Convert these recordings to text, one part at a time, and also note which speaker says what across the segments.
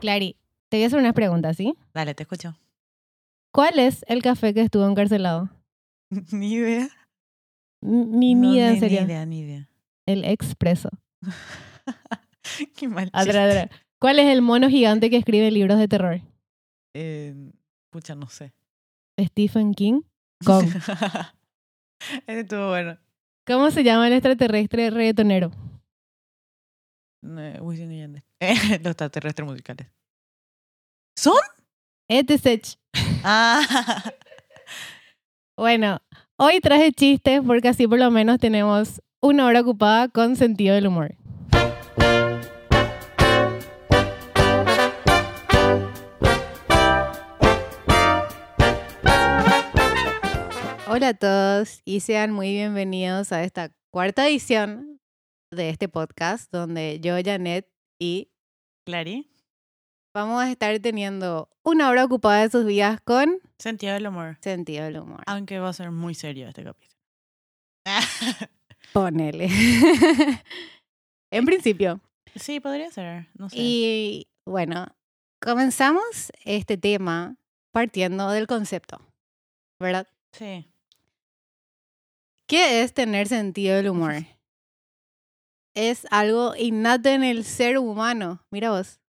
Speaker 1: Clary, te voy a hacer unas preguntas, ¿sí?
Speaker 2: Dale, te escucho.
Speaker 1: ¿Cuál es el café que estuvo encarcelado?
Speaker 2: Ni idea.
Speaker 1: M- Mi
Speaker 2: No,
Speaker 1: mía,
Speaker 2: ni-
Speaker 1: en serio.
Speaker 2: Ni idea, ni idea.
Speaker 1: El expreso.
Speaker 2: Qué mal chiste.
Speaker 1: Atrás, atrás. ¿Cuál es el mono gigante que escribe libros de terror?
Speaker 2: Eh, pucha, no sé.
Speaker 1: Stephen King. Kong.
Speaker 2: Ese estuvo bueno.
Speaker 1: ¿Cómo se llama el extraterrestre reggaetonero?
Speaker 2: Eh, Wisin y Yandel. Eh, los extraterrestres musicales. ¿Son?
Speaker 1: Etesech.
Speaker 2: Ah,
Speaker 1: Bueno, hoy traje chistes porque así por lo menos tenemos una hora ocupada con sentido del humor. Hola a todos y sean muy bienvenidos a esta cuarta edición de este podcast donde yo, Janet y
Speaker 2: Clary.
Speaker 1: vamos a estar teniendo una hora ocupada de sus vidas con
Speaker 2: Sentido del humor.
Speaker 1: sentido del humor.
Speaker 2: Aunque va a ser muy serio este capítulo.
Speaker 1: Ponele. en principio.
Speaker 2: sí, podría ser. No sé.
Speaker 1: Y bueno, comenzamos este tema partiendo del concepto, ¿verdad?
Speaker 2: Sí.
Speaker 1: ¿Qué es tener sentido del humor? Es algo innato en el ser humano. Mira vos.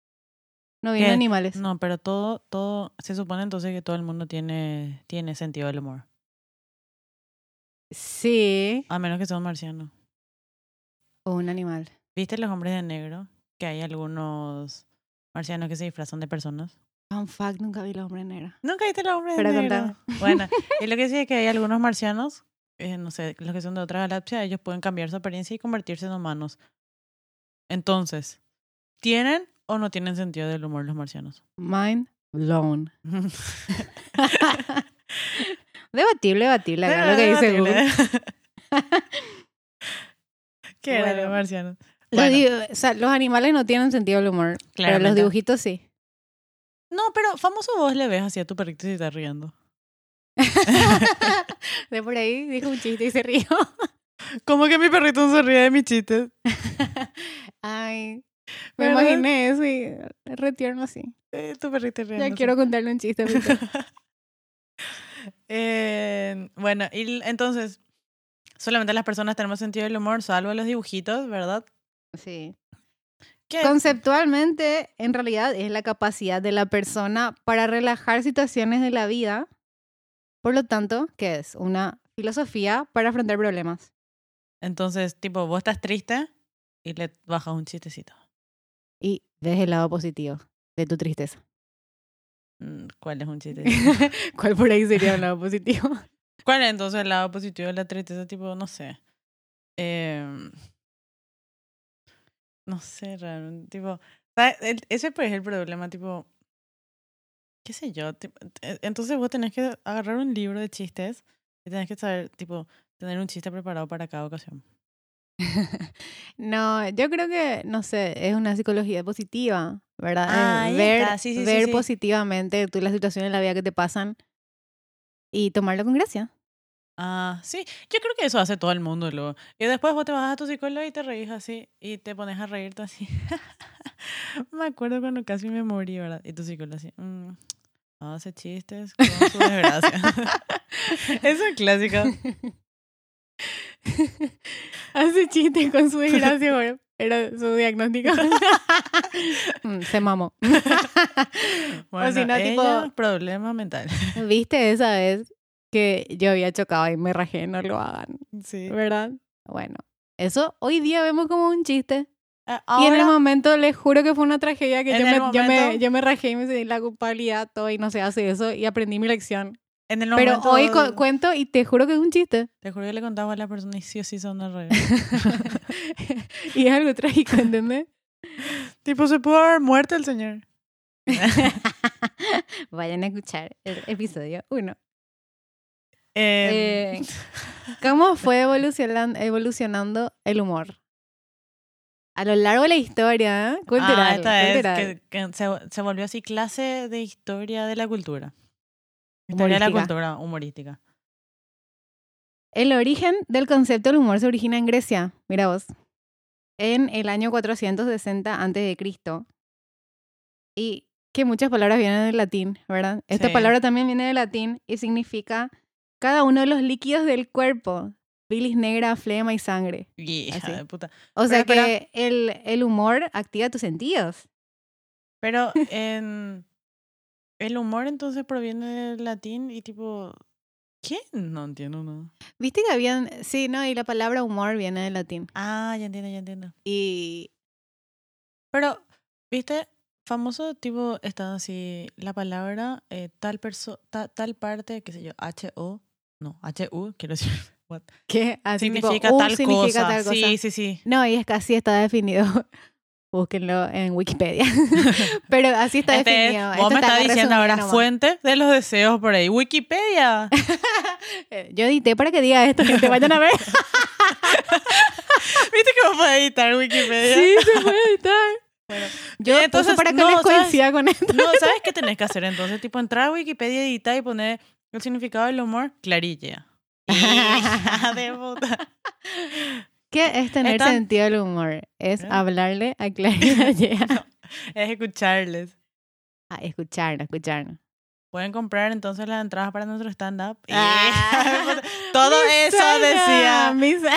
Speaker 1: No vienen
Speaker 2: ¿Qué?
Speaker 1: animales.
Speaker 2: No, pero todo, todo, se supone entonces que todo el mundo tiene, tiene sentido del humor.
Speaker 1: Sí,
Speaker 2: A menos que sea un marciano.
Speaker 1: o un animal.
Speaker 2: ¿Viste los hombres de negro? Que hay algunos marcianos que se disfrazan de personas.
Speaker 1: Fun fact, nunca vi la hombre negra.
Speaker 2: Nunca viste los hombres
Speaker 1: Pero
Speaker 2: de negro.
Speaker 1: contame.
Speaker 2: Bueno, y lo que sí es que hay algunos marcianos, eh, no sé, los que son de otra galaxia, ellos pueden cambiar su apariencia y convertirse en humanos. Entonces, ¿tienen o no tienen sentido del humor los marcianos?
Speaker 1: Mind blown. Debatible, debatible. acá lo que dice Google.
Speaker 2: ¿Qué era
Speaker 1: Bueno.
Speaker 2: los marcianos?
Speaker 1: Los
Speaker 2: Bueno.
Speaker 1: di- o sea, los animales no tienen sentido del humor, pero los
Speaker 2: Claramente.
Speaker 1: dibujitos sí.
Speaker 2: No, pero famoso vos le ves así a tu perrito y se está riendo.
Speaker 1: De por ahí dijo un chiste y se rió.
Speaker 2: ¿Cómo que mi perrito no se ríe de mis chistes?
Speaker 1: Ay, me
Speaker 2: ¿Verdad?
Speaker 1: imaginé eso y retierno así.
Speaker 2: Eh, tu perrito riendo.
Speaker 1: Ya quiero contarle un chiste. ahorita.
Speaker 2: Eh, bueno, y l- entonces, solamente las personas tenemos sentido del humor, salvo los dibujitos, ¿verdad?
Speaker 1: sí.
Speaker 2: Que
Speaker 1: Conceptualmente, en realidad, es la capacidad de la persona para relajar situaciones de la vida. Por lo tanto, ¿qué es? Una filosofía para afrontar problemas.
Speaker 2: Entonces, tipo, vos estás triste y le bajas un chistecito.
Speaker 1: Y ves el lado positivo de tu tristeza.
Speaker 2: Mm, ¿Cuál es un chistecito?
Speaker 1: ¿Cuál por ahí sería el lado positivo?
Speaker 2: ¿Cuál es entonces el lado positivo de la tristeza? Tipo, no sé. Eh, no sé, realmente. Tipo, ¿sabes? El- ese pues es el problema, tipo. ¿Qué sé yo? tipo, eh, entonces vos tenés que agarrar un libro de chistes y tenés que saber, tipo, tener un chiste preparado para cada ocasión.
Speaker 1: No, yo creo que, no sé, es una psicología positiva, ¿verdad?
Speaker 2: Ah,
Speaker 1: Eh,
Speaker 2: ahí
Speaker 1: ver
Speaker 2: está, sí, sí, sí,
Speaker 1: ver
Speaker 2: sí.
Speaker 1: positivamente tú las situaciones en la vida que te pasan y tomarlo con gracia.
Speaker 2: Ah, sí. Yo creo que eso hace todo el mundo luego. Y después vos te vas a tu psicólogo y te reís así. Y te pones a reírte así. me acuerdo cuando casi me morí, ¿verdad? Y tu psicólogo así. "Mm, hace chistes con su desgracia. eso es clásico.
Speaker 1: Hace chistes con su desgracia, bueno, era su diagnóstico. Mm, se mamó.
Speaker 2: Bueno,
Speaker 1: si no, tipo-
Speaker 2: ella, problema mental.
Speaker 1: ¿Viste esa vez que yo había chocado y me rajé? No lo hagan,
Speaker 2: sí.
Speaker 1: ¿verdad? Bueno, eso hoy día vemos como un chiste.
Speaker 2: Ah,
Speaker 1: Y en el
Speaker 2: ahora-
Speaker 1: momento les juro que fue una tragedia que
Speaker 2: En
Speaker 1: yo me,
Speaker 2: el
Speaker 1: yo, me,
Speaker 2: momento-
Speaker 1: yo me rajé y me sentí la culpabilidad todo y no se hace eso y aprendí mi lección.
Speaker 2: en el
Speaker 1: Pero
Speaker 2: momento-
Speaker 1: hoy cu- cuento y te juro que es un chiste.
Speaker 2: Te juro que le contaba a la persona y sí o sí son de reír.
Speaker 1: y es algo trágico, ¿entendés?
Speaker 2: tipo, se pudo haber muerto el señor.
Speaker 1: Vayan a escuchar el episodio 1.
Speaker 2: Eh,
Speaker 1: ¿Cómo fue evolucionan- evolucionando el humor? A lo largo de la historia, ¿eh? cultural,
Speaker 2: Ah, esta es
Speaker 1: cultural.
Speaker 2: que, que se, se volvió así clase de historia de la cultura. Historia de la
Speaker 1: Humorística.
Speaker 2: cultura humorística.
Speaker 1: El origen del concepto del humor se origina en Grecia, mira vos, en el año 460 a.C. y que muchas palabras vienen del latín, ¿verdad? Esta
Speaker 2: Sí.
Speaker 1: palabra también viene del latín y significa cada uno de los líquidos del cuerpo, bilis negra, flema y sangre.
Speaker 2: Hija
Speaker 1: Así.
Speaker 2: de puta.
Speaker 1: O sea
Speaker 2: Pero,
Speaker 1: que el, el humor activa tus sentidos.
Speaker 2: Pero en el humor entonces proviene del latín y tipo ¿qué? No entiendo no.
Speaker 1: Viste que habían, sí, no, y la palabra humor viene del latín.
Speaker 2: Ah, ya entiendo, ya entiendo.
Speaker 1: Y
Speaker 2: Pero ¿viste? Famoso tipo está así la palabra eh, tal perso ta- tal parte, qué sé yo, H O, no, H U, quiero decir. What?
Speaker 1: ¿qué? Así tipo,
Speaker 2: Significa,
Speaker 1: "Uh,
Speaker 2: tal,
Speaker 1: significa
Speaker 2: cosa.
Speaker 1: tal cosa.
Speaker 2: Sí, sí, sí.
Speaker 1: No, y es que así está definido. Búsquenlo en Wikipedia. Pero así está
Speaker 2: Este es-
Speaker 1: definido.
Speaker 2: vos
Speaker 1: Esto
Speaker 2: me
Speaker 1: está
Speaker 2: estás
Speaker 1: acá
Speaker 2: diciendo ahora
Speaker 1: resumido nomás.
Speaker 2: fuente de los deseos por ahí. Wikipedia.
Speaker 1: Eh, Yo edité para que diga esto, que te vayan a ver.
Speaker 2: ¿Viste que vos podés editar Wikipedia?
Speaker 1: se puede editar.
Speaker 2: Bueno,
Speaker 1: Yo
Speaker 2: eh,
Speaker 1: entonces para que
Speaker 2: no,
Speaker 1: les
Speaker 2: ¿sabes?
Speaker 1: coincida con esto.
Speaker 2: No, ¿sabes qué tenés que hacer entonces? Tipo, entrar a Wikipedia, editar y poner el significado del humor, clarilla. Hija de puta.
Speaker 1: ¿Qué es tener
Speaker 2: Están-
Speaker 1: sentido del humor? Es
Speaker 2: ¿Eh?
Speaker 1: hablarle a Claudia Ah,
Speaker 2: Es escucharles.
Speaker 1: A escucharnos, escucharnos.
Speaker 2: Pueden comprar entonces las entradas para nuestro stand-up. Hija de
Speaker 1: Ah,
Speaker 2: puta. Todo eso decía.
Speaker 1: Misa.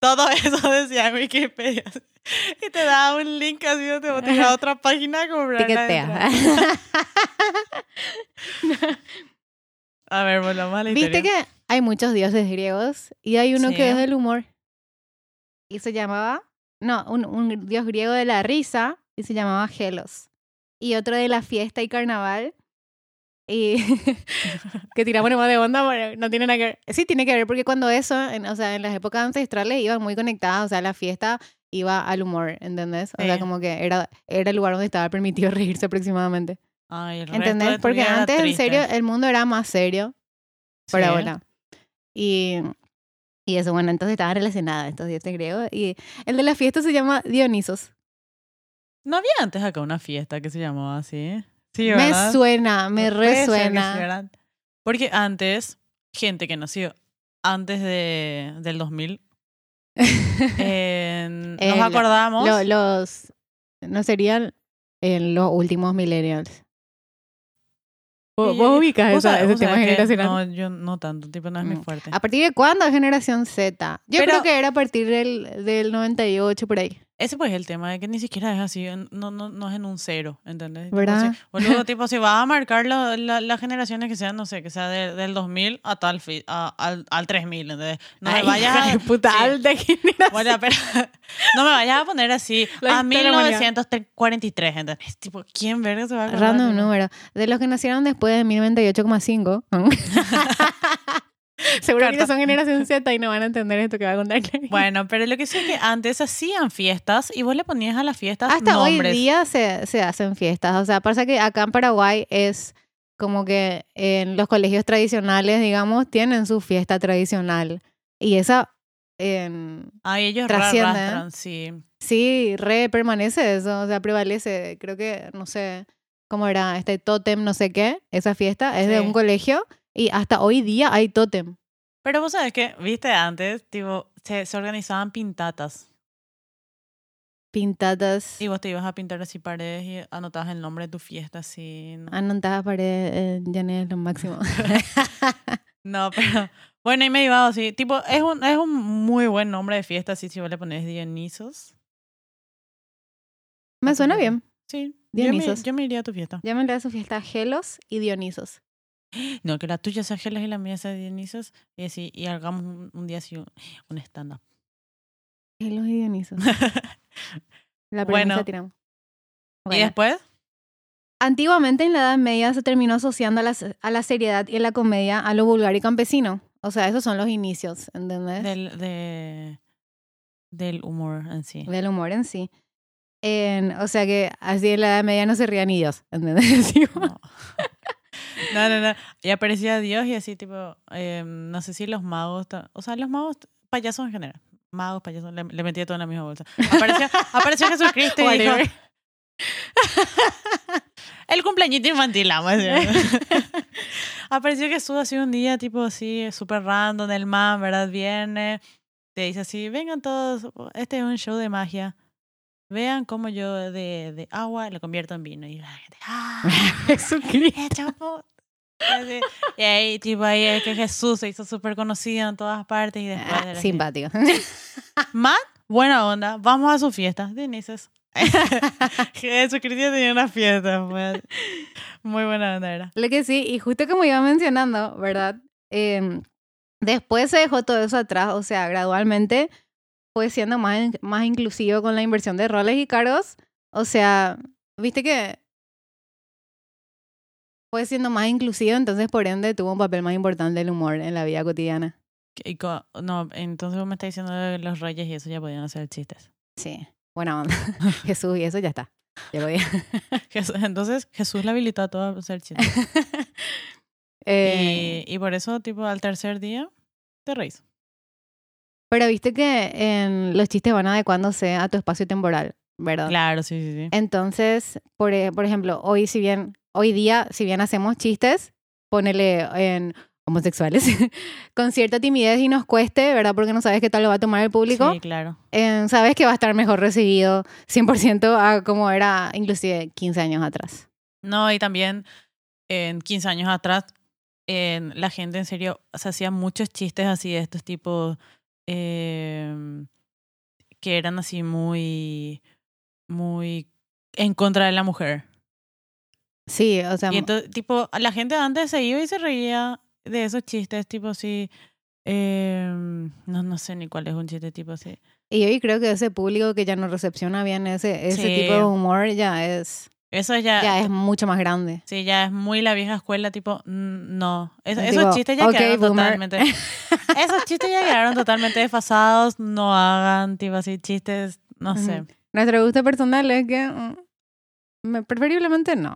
Speaker 2: Todo eso decía en Wikipedia. Y te da un link así donde te vas a otra página a comprar. la
Speaker 1: Tiquetea.
Speaker 2: entrada. A ver, volvamos a la
Speaker 1: Viste
Speaker 2: historia.
Speaker 1: que hay muchos dioses griegos y hay uno
Speaker 2: Sí.
Speaker 1: que es del humor. Y se llamaba, no, un, un dios griego de la risa y se llamaba Helos. Y otro de la fiesta y carnaval. Y que tiramos nomás de onda, pero no tiene nada que ver. Sí, tiene que ver porque cuando eso, en- o sea, en las épocas ancestrales iban muy conectadas, o sea, la fiesta iba al humor, ¿entendés? O sea,
Speaker 2: Sí.
Speaker 1: como que era, era el lugar donde estaba permitido reírse aproximadamente.
Speaker 2: Ay, el resto de
Speaker 1: ¿Entendés?
Speaker 2: tu
Speaker 1: Porque
Speaker 2: vida era
Speaker 1: antes, en
Speaker 2: triste.
Speaker 1: serio, el mundo era más serio. Por
Speaker 2: Sí.
Speaker 1: ahora. Y, y eso, bueno, entonces estaban relacionadas estos dioses griegos. Y el de la fiesta se llama Dionisos.
Speaker 2: No había antes acá una fiesta que se llamaba así. Sí,
Speaker 1: me
Speaker 2: ¿verdad?
Speaker 1: suena, me
Speaker 2: Puede ser que sí,
Speaker 1: resuena.
Speaker 2: ¿verdad? Porque antes, gente que nació antes de, del 2000, en-
Speaker 1: Eh,
Speaker 2: nos
Speaker 1: la-
Speaker 2: acordamos.
Speaker 1: Lo- los. No serían eh, los últimos millennials. ¿Vos,
Speaker 2: Sí,
Speaker 1: vos ubicas
Speaker 2: vos
Speaker 1: esa-
Speaker 2: sabés-
Speaker 1: ese
Speaker 2: vos
Speaker 1: tema
Speaker 2: sabés que
Speaker 1: generacional?
Speaker 2: No, yo no tanto, tipo, no es
Speaker 1: Mm.
Speaker 2: mi fuerte.
Speaker 1: ¿A partir de cuándo es generación Z? Yo
Speaker 2: Pero-
Speaker 1: creo que era a partir del, del 98 por ahí.
Speaker 2: Ese pues es el tema de que ni siquiera es así, en- no, no, no es en un cero, ¿entendés? Tipo,
Speaker 1: ¿Verdad?
Speaker 2: si- boludo, tipo, si vas a marcar la- la- las generaciones que sean, no sé, que sea de- del 2000 a tal fi- a- al, al 3000, ¿entendés? No me
Speaker 1: Ay,
Speaker 2: vayas
Speaker 1: hija
Speaker 2: a-
Speaker 1: de puta
Speaker 2: sí.
Speaker 1: alta generación.
Speaker 2: Bueno, pero no me vayas a poner así
Speaker 1: La
Speaker 2: a
Speaker 1: historia humanidad.
Speaker 2: 1943, ¿entendés? Tipo, ¿quién verga se va a acordar?
Speaker 1: Random
Speaker 2: tipo?
Speaker 1: número. De los que nacieron después de 1098,5. Seguramente
Speaker 2: Carta.
Speaker 1: son generación Z y no van a entender esto que va a contar. Clarín.
Speaker 2: Bueno, pero lo que sí es que antes hacían fiestas y vos le ponías a las fiestas
Speaker 1: Hasta
Speaker 2: nombres.
Speaker 1: Ah, hoy día se, se hacen fiestas. O sea, pasa que acá en Paraguay es como que en los colegios tradicionales, digamos, tienen su fiesta tradicional. Y esa, en-
Speaker 2: Ay, ellos ra-
Speaker 1: Trasciende, ¿eh?
Speaker 2: rastran, sí.
Speaker 1: sí, re permanece eso. O sea, prevalece. Creo que, no sé, cómo era, este tótem, no sé qué. Esa fiesta es de
Speaker 2: Sí.
Speaker 1: un colegio y hasta hoy día hay tótem.
Speaker 2: Pero vos sabés que, viste, antes, tipo, se, se organizaban pintatas.
Speaker 1: pintadas
Speaker 2: Y vos te ibas a pintar así paredes y anotabas el nombre de tu fiesta así. No,
Speaker 1: anotadas paredes eh, ya no es lo máximo
Speaker 2: No, pero... Bueno, y me iba así. Tipo, es un, es un muy buen nombre de fiesta, así si vos le pones Dionisos.
Speaker 1: me suena bien
Speaker 2: Sí. yo me-
Speaker 1: Dionisos.
Speaker 2: Yo me iría a tu fiesta.
Speaker 1: llámenle a su fiesta Gelos y Dionisos
Speaker 2: No, que la tuya sea Geles y la mía sea Dionisos. Y así, y hagamos un, un día así un, un stand-up.
Speaker 1: Gelos y Dionisos la
Speaker 2: Bueno.
Speaker 1: premisa tiramos
Speaker 2: Y
Speaker 1: Bueno.
Speaker 2: después,
Speaker 1: antiguamente en la Edad Media se terminó asociando a la, se- a la seriedad y a la comedia a lo vulgar y campesino o sea esos son los inicios ¿entendés?
Speaker 2: del, de, del humor en sí.
Speaker 1: del humor en sí En- o sea que así en la Edad Media no se rían ni Dios ¿entendés? Tipo,
Speaker 2: No. no, no, no. Y aparecía Dios y así, tipo, em, no sé si los magos, ta- o sea, los magos, payasos en general. Magos, payasos, le, le metía todo en la misma bolsa. Apareció, apareció Jesucristo y dijo,
Speaker 1: Whatever.
Speaker 2: el cumpleañito infantil, vamos a decir. apareció Jesús así un día, tipo así, súper random, el man, ¿verdad? Viene, te dice así, vengan todos, este es un show de magia. Vean cómo yo de, de agua lo convierto en vino. Y la gente, ¡ah!
Speaker 1: Jesucristo.
Speaker 2: ¡eh, chapo! Así, Y ahí, tipo, ahí es que Jesús se hizo súper conocido en todas partes y después...
Speaker 1: Ah,
Speaker 2: era así,
Speaker 1: simpático.
Speaker 2: Man, buena onda, vamos a su fiesta. Denises. Jesucristo tenía una fiesta. pues. Muy buena onda era.
Speaker 1: Lo que sí, y justo como iba mencionando, ¿verdad? Em, después se dejó todo eso atrás, o sea, gradualmente fue siendo más, in- más inclusivo con la inversión de roles y cargos. O sea, viste que fue siendo más inclusivo, entonces por ende tuvo un papel más importante el humor en la vida cotidiana.
Speaker 2: Y co- no, entonces vos me estás diciendo de los reyes y eso ya podían hacer chistes.
Speaker 1: Sí, buena onda. Jesús y eso ya está. Ya podía.
Speaker 2: Jesús- entonces Jesús le habilitó a todos a hacer chistes.
Speaker 1: Eh,
Speaker 2: y, y por eso, tipo, al tercer día, te reís.
Speaker 1: Pero viste que en los chistes van adecuándose a tu espacio temporal, ¿verdad?
Speaker 2: Claro, sí, sí, sí.
Speaker 1: Entonces, por, e- por ejemplo, hoy si bien, hoy día, si bien hacemos chistes, ponele en homosexuales, con cierta timidez y nos cueste, ¿verdad? Porque no sabes qué tal lo va a tomar el público,
Speaker 2: Sí, claro.
Speaker 1: eh, sabes que va a estar mejor recibido 100% a como era inclusive 15 años atrás.
Speaker 2: No, y también en 15 años atrás, en, la gente en serio se hacía muchos chistes así de estos tipos em, que eran así muy, muy en contra de la mujer.
Speaker 1: Sí, o sea,
Speaker 2: Y entonces, tipo, la gente antes se iba y se reía de esos chistes, tipo así. em, no, no sé ni cuál es un chiste tipo así.
Speaker 1: y hoy creo que ese público que ya no recepciona bien ese, ese
Speaker 2: Sí.
Speaker 1: tipo de humor ya es,
Speaker 2: Eso
Speaker 1: ya es mucho más grande.
Speaker 2: Sí, ya es muy la vieja escuela, tipo, mm, no. Es-
Speaker 1: Es
Speaker 2: esos
Speaker 1: tipo,
Speaker 2: chistes ya
Speaker 1: "Ok,
Speaker 2: quedaron
Speaker 1: boomer".
Speaker 2: totalmente. esos chistes ya quedaron totalmente desfasados. No hagan, tipo así, chistes, no sé.
Speaker 1: Ujú. Nuestro gusto personal es que mm, me- preferiblemente no.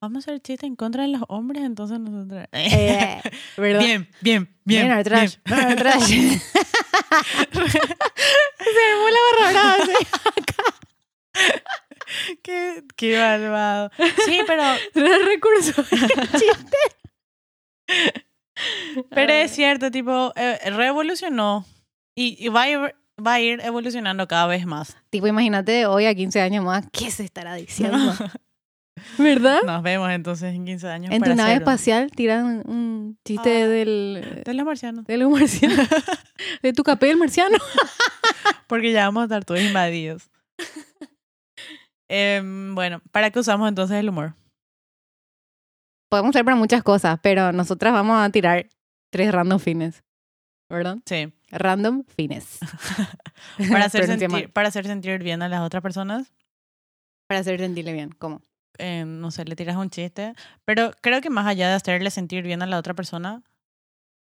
Speaker 2: Vamos a hacer chistes en contra de los hombres, entonces nosotros.
Speaker 1: Eh, ¿Verdad?
Speaker 2: bien, bien, bien.
Speaker 1: Bien,
Speaker 2: bien.
Speaker 1: atrás. Bien. atrás. Se me fue la barra brava. sí.
Speaker 2: Qué, qué malvado. Sí, pero,
Speaker 1: Tres recursos. Chiste.
Speaker 2: pero
Speaker 1: Ay.
Speaker 2: es cierto, tipo, eh, revolucionó. Y, y va, a ir, va a ir evolucionando cada vez más.
Speaker 1: Tipo, imagínate de hoy a 15 años más, ¿qué se estará diciendo? ¿Verdad?
Speaker 2: Nos vemos entonces en 15 años.
Speaker 1: en tu
Speaker 2: para
Speaker 1: nave
Speaker 2: hacer un-
Speaker 1: espacial tiran un chiste
Speaker 2: Ah.
Speaker 1: del,
Speaker 2: de los marcianos.
Speaker 1: del marciano. de tu capel marciano.
Speaker 2: Porque ya vamos a estar todos invadidos. Em, bueno, ¿para qué usamos entonces el humor?
Speaker 1: Podemos ser para muchas cosas, pero nosotras vamos a tirar tres random fines. ¿Verdad?
Speaker 2: Sí,
Speaker 1: Random fines.
Speaker 2: para hacer,
Speaker 1: Pronuncié
Speaker 2: sentir,
Speaker 1: mal.
Speaker 2: para hacer sentir bien a las otras personas.
Speaker 1: Para hacer sentirle bien. ¿Cómo?
Speaker 2: eh, no sé, le tiras un chiste. Pero creo que más allá de hacerle sentir bien a la otra persona,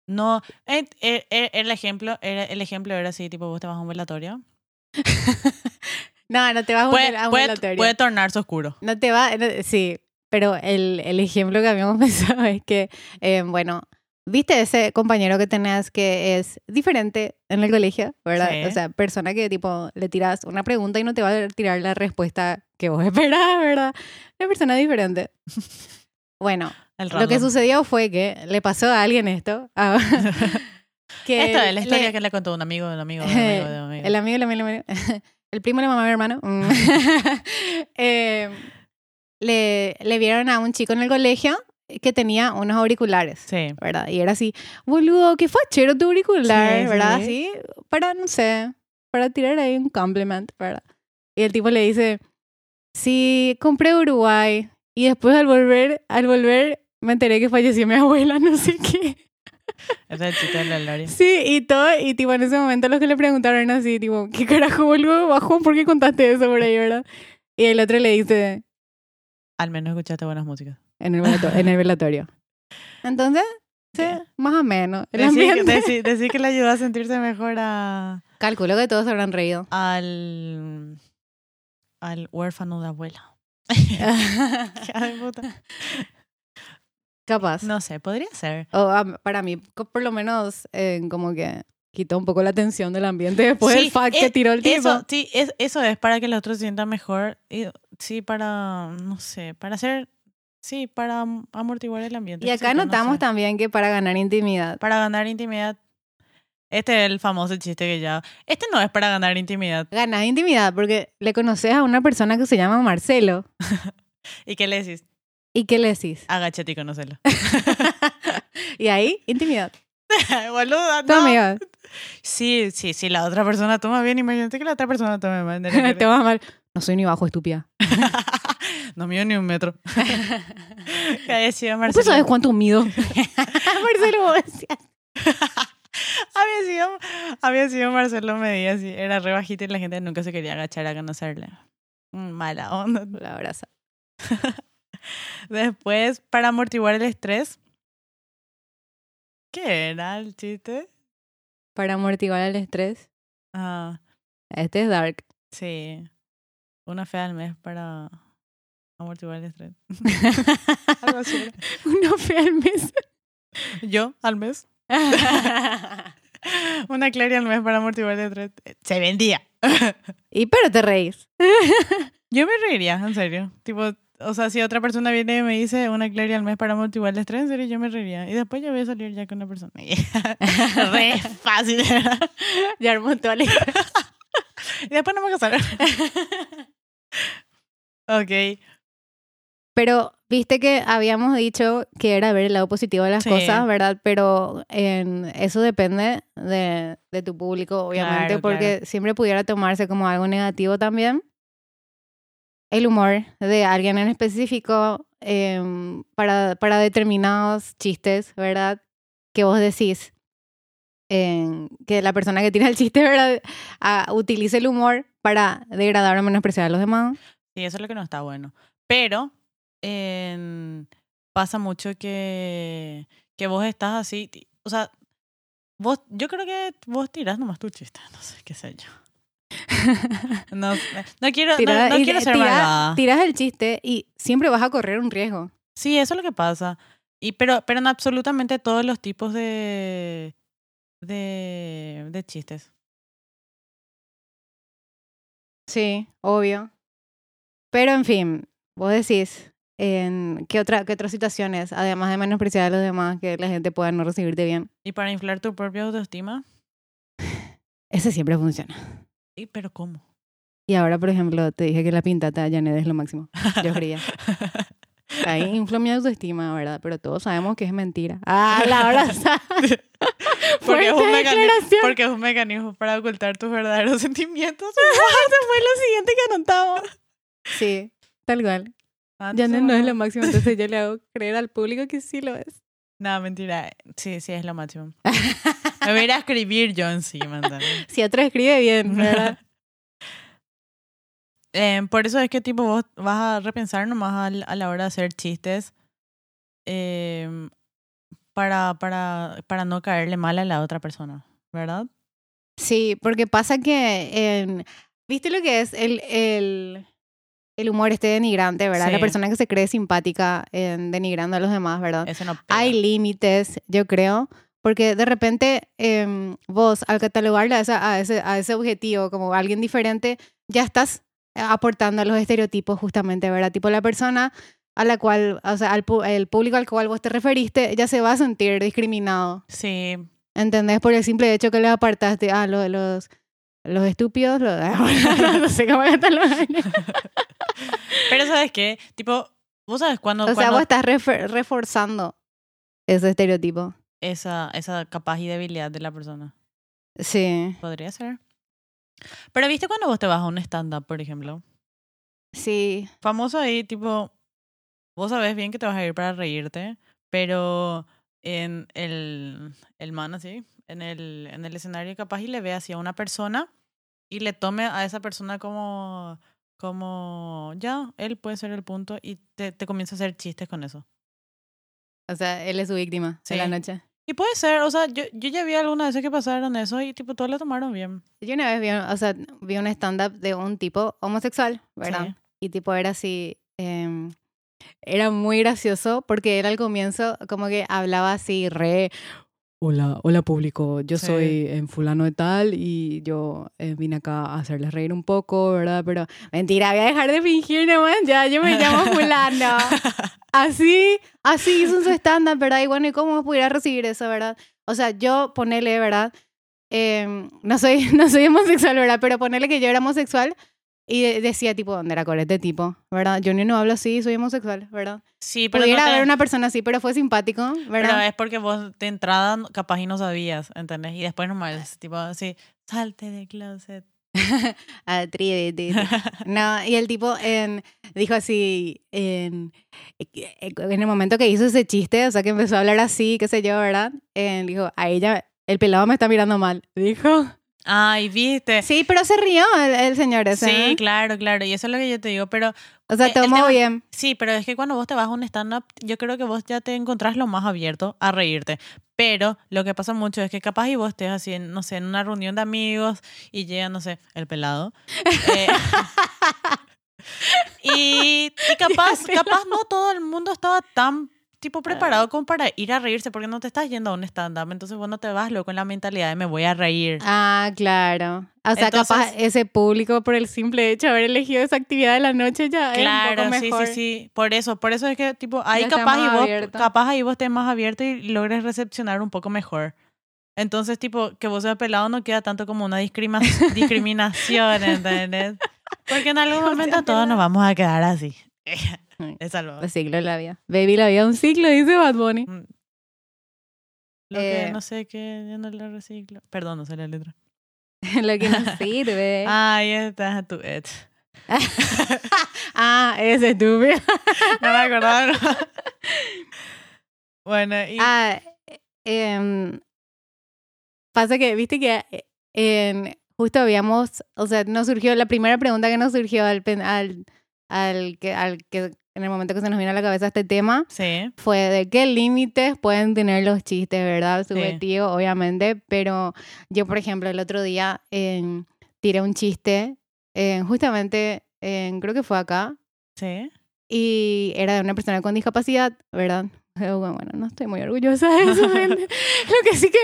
Speaker 2: no. eh, eh, eh, el, ejemplo, era- el ejemplo era así: tipo, vos te vas a un velatorio.
Speaker 1: No, no te vas a
Speaker 2: Puede,
Speaker 1: volver a un
Speaker 2: puede-
Speaker 1: velatorio.
Speaker 2: puede tornarse oscuro.
Speaker 1: No te va, no- sí, pero el, el ejemplo que habíamos pensado es que, eh, bueno, viste ese compañero que tenías que es diferente en el colegio, ¿verdad?
Speaker 2: Sí.
Speaker 1: O sea, persona que tipo le tiras una pregunta y no te va a tirar la respuesta que vos esperabas, ¿verdad? Una persona diferente. Bueno,
Speaker 2: El
Speaker 1: lo que
Speaker 2: random.
Speaker 1: sucedió fue que le pasó a alguien esto. a- que
Speaker 2: Esta es
Speaker 1: le-
Speaker 2: la historia que le contó un amigo, de un amigo, de un amigo, de un amigo. Ah.
Speaker 1: el amigo, el amigo, el amigo. El primo, la mamá, el hermano. Mm. Eh, le, le vieron a un chico en el colegio que tenía unos auriculares,
Speaker 2: Sí.
Speaker 1: ¿verdad? Y era así, boludo, qué fachero tu auricular,
Speaker 2: Sí, sí,
Speaker 1: ¿verdad?
Speaker 2: sí.
Speaker 1: Así, para, no sé, para tirar ahí un compliment, ¿verdad? Y el tipo le dice, sí, compré Uruguay. Y después al volver, al volver, me enteré que falleció mi abuela, no sé qué.
Speaker 2: Ese es el chiste del velatorio.
Speaker 1: Sí, y todo, y tipo en ese momento los que le preguntaron así, tipo, ¿qué carajo, boludo? Bajón, ¿por qué contaste eso por ahí, verdad? Y el otro le dice,
Speaker 2: Al menos escuchaste buenas músicas.
Speaker 1: en el velatorio. en el velatorio. Entonces, sí,
Speaker 2: Sí.
Speaker 1: más o menos. El
Speaker 2: Decí que-
Speaker 1: ambiente.
Speaker 2: decí- decí que le ayudó a sentirse mejor a,
Speaker 1: Calculo que todos se habrán reído.
Speaker 2: al, al huérfano de abuela. Hija de puta.
Speaker 1: Capaz.
Speaker 2: No sé, podría ser.
Speaker 1: O, ah, para mí, co- por lo menos, eh, como que quitó un poco la tensión del ambiente después
Speaker 2: Sí,
Speaker 1: del fact
Speaker 2: eh,
Speaker 1: que tiró el tipo.
Speaker 2: Eso, sí, es, eso es para que los otros se sientan mejor. Y, sí, para, no sé, para hacer, sí, para am- amortiguar el ambiente.
Speaker 1: y acá
Speaker 2: etcétera, no
Speaker 1: notamos
Speaker 2: sé.
Speaker 1: también que para ganar intimidad,
Speaker 2: Para ganar intimidad. Este es el famoso chiste que ya... Este no es para ganar intimidad.
Speaker 1: Ganas intimidad porque le conoces a una persona que se llama Marcelo.
Speaker 2: ¿Y qué le decís?
Speaker 1: ¿Y qué le decís?
Speaker 2: Agáchate y conocelo.
Speaker 1: Y ahí, intimidad.
Speaker 2: Boluda,
Speaker 1: Tu
Speaker 2: no.
Speaker 1: amiga,
Speaker 2: Sí, sí, sí, la otra persona toma bien. Imagínate que la otra persona tome mal. de
Speaker 1: te
Speaker 2: repente.
Speaker 1: va mal. No soy ni bajo, estúpida.
Speaker 2: no mido ni un metro. Que haya
Speaker 1: ¿Tú
Speaker 2: sido
Speaker 1: sabes
Speaker 2: Marcelo.
Speaker 1: cuánto mido? Marcelo, vos decías.
Speaker 2: Había sido, había sido Marcelo Medina, así. Era re bajita y la gente nunca se quería agachar a conocerle. Mm, Mala onda.
Speaker 1: La abraza.
Speaker 2: Después, para amortiguar el estrés. ¿Qué era el chiste?
Speaker 1: Para amortiguar el estrés.
Speaker 2: Ah,
Speaker 1: Este es dark.
Speaker 2: sí. Una fea al mes para amortiguar el estrés. Algo así era.
Speaker 1: Una fea al mes.
Speaker 2: Yo, al mes. Una Clary al mes para amortiguar el estrés. Se vendía.
Speaker 1: y pero te reís.
Speaker 2: Yo me reiría, en serio. Tipo, o sea, si otra persona viene y me dice una Clary al mes para amortiguar el estrés, en serio, yo me reiría. Y después yo voy a salir ya con una persona. Re fácil, ¿verdad?
Speaker 1: Ya armó toda la
Speaker 2: Y después no me casaron. ok.
Speaker 1: Pero viste que habíamos dicho que era ver el lado positivo de las
Speaker 2: Sí.
Speaker 1: cosas, ¿verdad? Pero en, eso depende de, de tu público, obviamente,
Speaker 2: Claro, claro.
Speaker 1: porque siempre pudiera tomarse como algo negativo también. El humor de alguien en específico em, para, para determinados chistes, ¿verdad? Que vos decís em, que la persona que tira el chiste, ¿verdad? Ah, utilice el humor para degradar o menospreciar a los demás.
Speaker 2: Sí, eso es lo que no está bueno. Pero en- pasa mucho que, que vos estás así. ti- O sea, vos, yo creo que vos tirás nomás tu chiste. No sé, qué sé yo. No, sé, no quiero, no-
Speaker 1: Tirá-
Speaker 2: no,
Speaker 1: y
Speaker 2: quiero
Speaker 1: le-
Speaker 2: ser
Speaker 1: tirá-
Speaker 2: malvada.
Speaker 1: tiras el chiste y siempre vas a correr un riesgo.
Speaker 2: Sí, eso es lo que pasa. Y, pero, pero en absolutamente todos los tipos de, de, de chistes.
Speaker 1: Sí, obvio. Pero en fin, vos decís en qué otra qué otras situaciones, además de menospreciar a los demás, que la gente pueda no recibirte bien.
Speaker 2: Y para inflar tu propia autoestima.
Speaker 1: Ese siempre funciona.
Speaker 2: ¿Y pero cómo?
Speaker 1: Y ahora, por ejemplo, te dije que la pintata de Janet es lo máximo. Yo creía. Ahí infló mi autoestima, ¿verdad? Pero todos sabemos que es mentira. ¡Ah, la verdad!
Speaker 2: Porque es, un
Speaker 1: Fuerte
Speaker 2: mecani-
Speaker 1: declaración.
Speaker 2: porque es un mecanismo para ocultar tus verdaderos sentimientos. Eso fue lo siguiente que anotamos.
Speaker 1: Sí, tal cual. Janet no es lo máximo, entonces yo le hago creer al público que sí lo es.
Speaker 2: No, mentira. Sí, sí, es lo máximo. Me voy a ir a escribir yo encima. ¿entendés?
Speaker 1: Si otro escribe bien, ¿verdad?
Speaker 2: Eh, por eso es que tipo vos vas a repensar nomás al- a la hora de hacer chistes eh, para, para, para no caerle mal a la otra persona, ¿verdad?
Speaker 1: Sí, porque pasa que, en- ¿viste lo que es el, el, el humor este denigrante, verdad? La
Speaker 2: Sí.
Speaker 1: persona que se cree simpática en denigrando a los demás, ¿verdad?
Speaker 2: Eso no pega.
Speaker 1: Hay límites, yo creo, porque de repente em, vos al catalogarle a, esa- a ese, a ese objetivo como alguien diferente, ya estás eh, aportando a los estereotipos justamente, ¿verdad? Tipo la persona a la cual, o sea, al pu- el público al cual vos te referiste, ya se va a sentir discriminado.
Speaker 2: Sí,
Speaker 1: ¿Entendés? Por el simple hecho que le apartaste a los, los, los estúpidos, los, no sé cómo catalogar.
Speaker 2: pero ¿sabes qué? Tipo, vos sabes cuándo...
Speaker 1: O sea,
Speaker 2: cuándo-
Speaker 1: vos estás refer- reforzando ese estereotipo.
Speaker 2: esa, esa capaz y debilidad de la persona.
Speaker 1: Sí,
Speaker 2: Podría ser. Pero viste cuando vos te vas a un stand-up, por ejemplo.
Speaker 1: sí,
Speaker 2: Famoso ahí, tipo, vos sabés bien que te vas a ir para reírte, pero en el, el man así, en el, en el escenario capaz y le ve así a una persona y le tome a esa persona como, como, ya, él puede ser el punto y te, te comienza a hacer chistes con eso.
Speaker 1: o sea, él es su víctima de la
Speaker 2: Sí.
Speaker 1: noche.
Speaker 2: Y puede ser, o sea, yo, yo ya vi algunas veces que pasaron eso y tipo, todos lo tomaron bien.
Speaker 1: Yo una vez vi, un- o sea, vi un stand-up de un tipo homosexual, ¿verdad?
Speaker 2: Sí.
Speaker 1: Y tipo era así, em, era muy gracioso porque él al comienzo como que hablaba así re... Hola, hola público, yo
Speaker 2: Sí.
Speaker 1: soy en fulano de tal y yo eh, vine acá a hacerles reír un poco, ¿verdad? Pero mentira, voy a dejar de fingir nomás, ya, yo me llamo fulano. Así, así hizo en su stand-up, ¿verdad? Y bueno, ¿y cómo pudiera recibir eso, verdad? O sea, yo ponele, ¿verdad? eh, no, soy, no soy homosexual, ¿verdad? Pero ponerle que yo era homosexual y de- decía, tipo, ¿dónde era con este tipo? ¿Verdad? Yo ni no hablo así, soy homosexual, ¿verdad?
Speaker 2: Sí, pero, no
Speaker 1: Pudiera
Speaker 2: te-
Speaker 1: haber una persona así, pero fue simpático,
Speaker 2: pero
Speaker 1: ¿verdad?
Speaker 2: es porque vos de entrada no- capaz y no sabías, ¿entendés? Y después
Speaker 1: Eh.
Speaker 2: nomás, tipo así, salte del closet.
Speaker 1: Ah, Atrévete. No, y el tipo en- dijo así, em, eh, en, en el momento que hizo ese chiste, o sea, que empezó a hablar así, qué sé yo, ¿verdad? Eh, dijo, a ella, el pelado me está mirando mal. Dijo.
Speaker 2: Ay, viste.
Speaker 1: Sí, pero se rió el, el señor ese.
Speaker 2: Eh. Sí,
Speaker 1: ¿eh?
Speaker 2: claro, claro. Y eso es lo que yo te digo, pero
Speaker 1: O sea,
Speaker 2: Eh, el
Speaker 1: tomó
Speaker 2: tema-
Speaker 1: bien.
Speaker 2: Sí, pero es que cuando vos te vas a un stand-up, yo creo que vos ya te encontrás lo más abierto a reírte. Pero lo que pasa mucho es que capaz y vos estés así, en, no sé, en una reunión de amigos y llega, no sé, el pelado. eh, y, y capaz, capaz no todo el mundo estaba tan tipo preparado como para ir a reírse porque no te estás yendo a un stand-up. Entonces vos no te vas luego con la mentalidad de me voy a reír.
Speaker 1: Ah, claro. O sea, capaz
Speaker 2: Entonces-
Speaker 1: ese público por el simple hecho de haber elegido esa actividad de la noche ya
Speaker 2: Claro,
Speaker 1: es un poco
Speaker 2: sí,
Speaker 1: mejor.
Speaker 2: sí, sí. Por eso, por eso es que tipo, ahí
Speaker 1: Ya está
Speaker 2: capaz y
Speaker 1: más
Speaker 2: vos,
Speaker 1: abierto.
Speaker 2: capaz ahí vos estés más abierto y logres recepcionar un poco mejor. Entonces, tipo, que vos seas pelado no queda tanto como una discrima- discriminación, ¿entendés? Porque en algún
Speaker 1: vos
Speaker 2: momento
Speaker 1: seas
Speaker 2: todos nos
Speaker 1: pelado.
Speaker 2: vamos a quedar así.
Speaker 1: Mm.
Speaker 2: Es algo.
Speaker 1: Un ciclo de la vida. Baby, la vida es un ciclo, dice Bad Bunny.
Speaker 2: Mm. Lo que
Speaker 1: Eh.
Speaker 2: no sé qué, yo no lo reciclo. Perdón, no sé la letra.
Speaker 1: Lo que nos sirve. ah,
Speaker 2: Ahí está tu ex.
Speaker 1: Ah, ese es tu vida.
Speaker 2: No me acordaba. no. bueno, y...
Speaker 1: Ah, eh, em, pasa que, viste que eh, en- justo habíamos, o sea, nos surgió, la primera pregunta que nos surgió al, pen- al, al, que, al que en el momento que se nos vino a la cabeza este tema
Speaker 2: Sí,
Speaker 1: fue de qué límites pueden tener los chistes, ¿verdad? Subjetivo, obviamente, pero yo, por ejemplo, el otro día em, tiré un chiste, em, justamente, em, creo que fue acá,
Speaker 2: sí.
Speaker 1: y era de una persona con discapacidad, ¿verdad? Eh, Bueno, bueno, no estoy muy orgullosa de eso. gente. Lo que sí que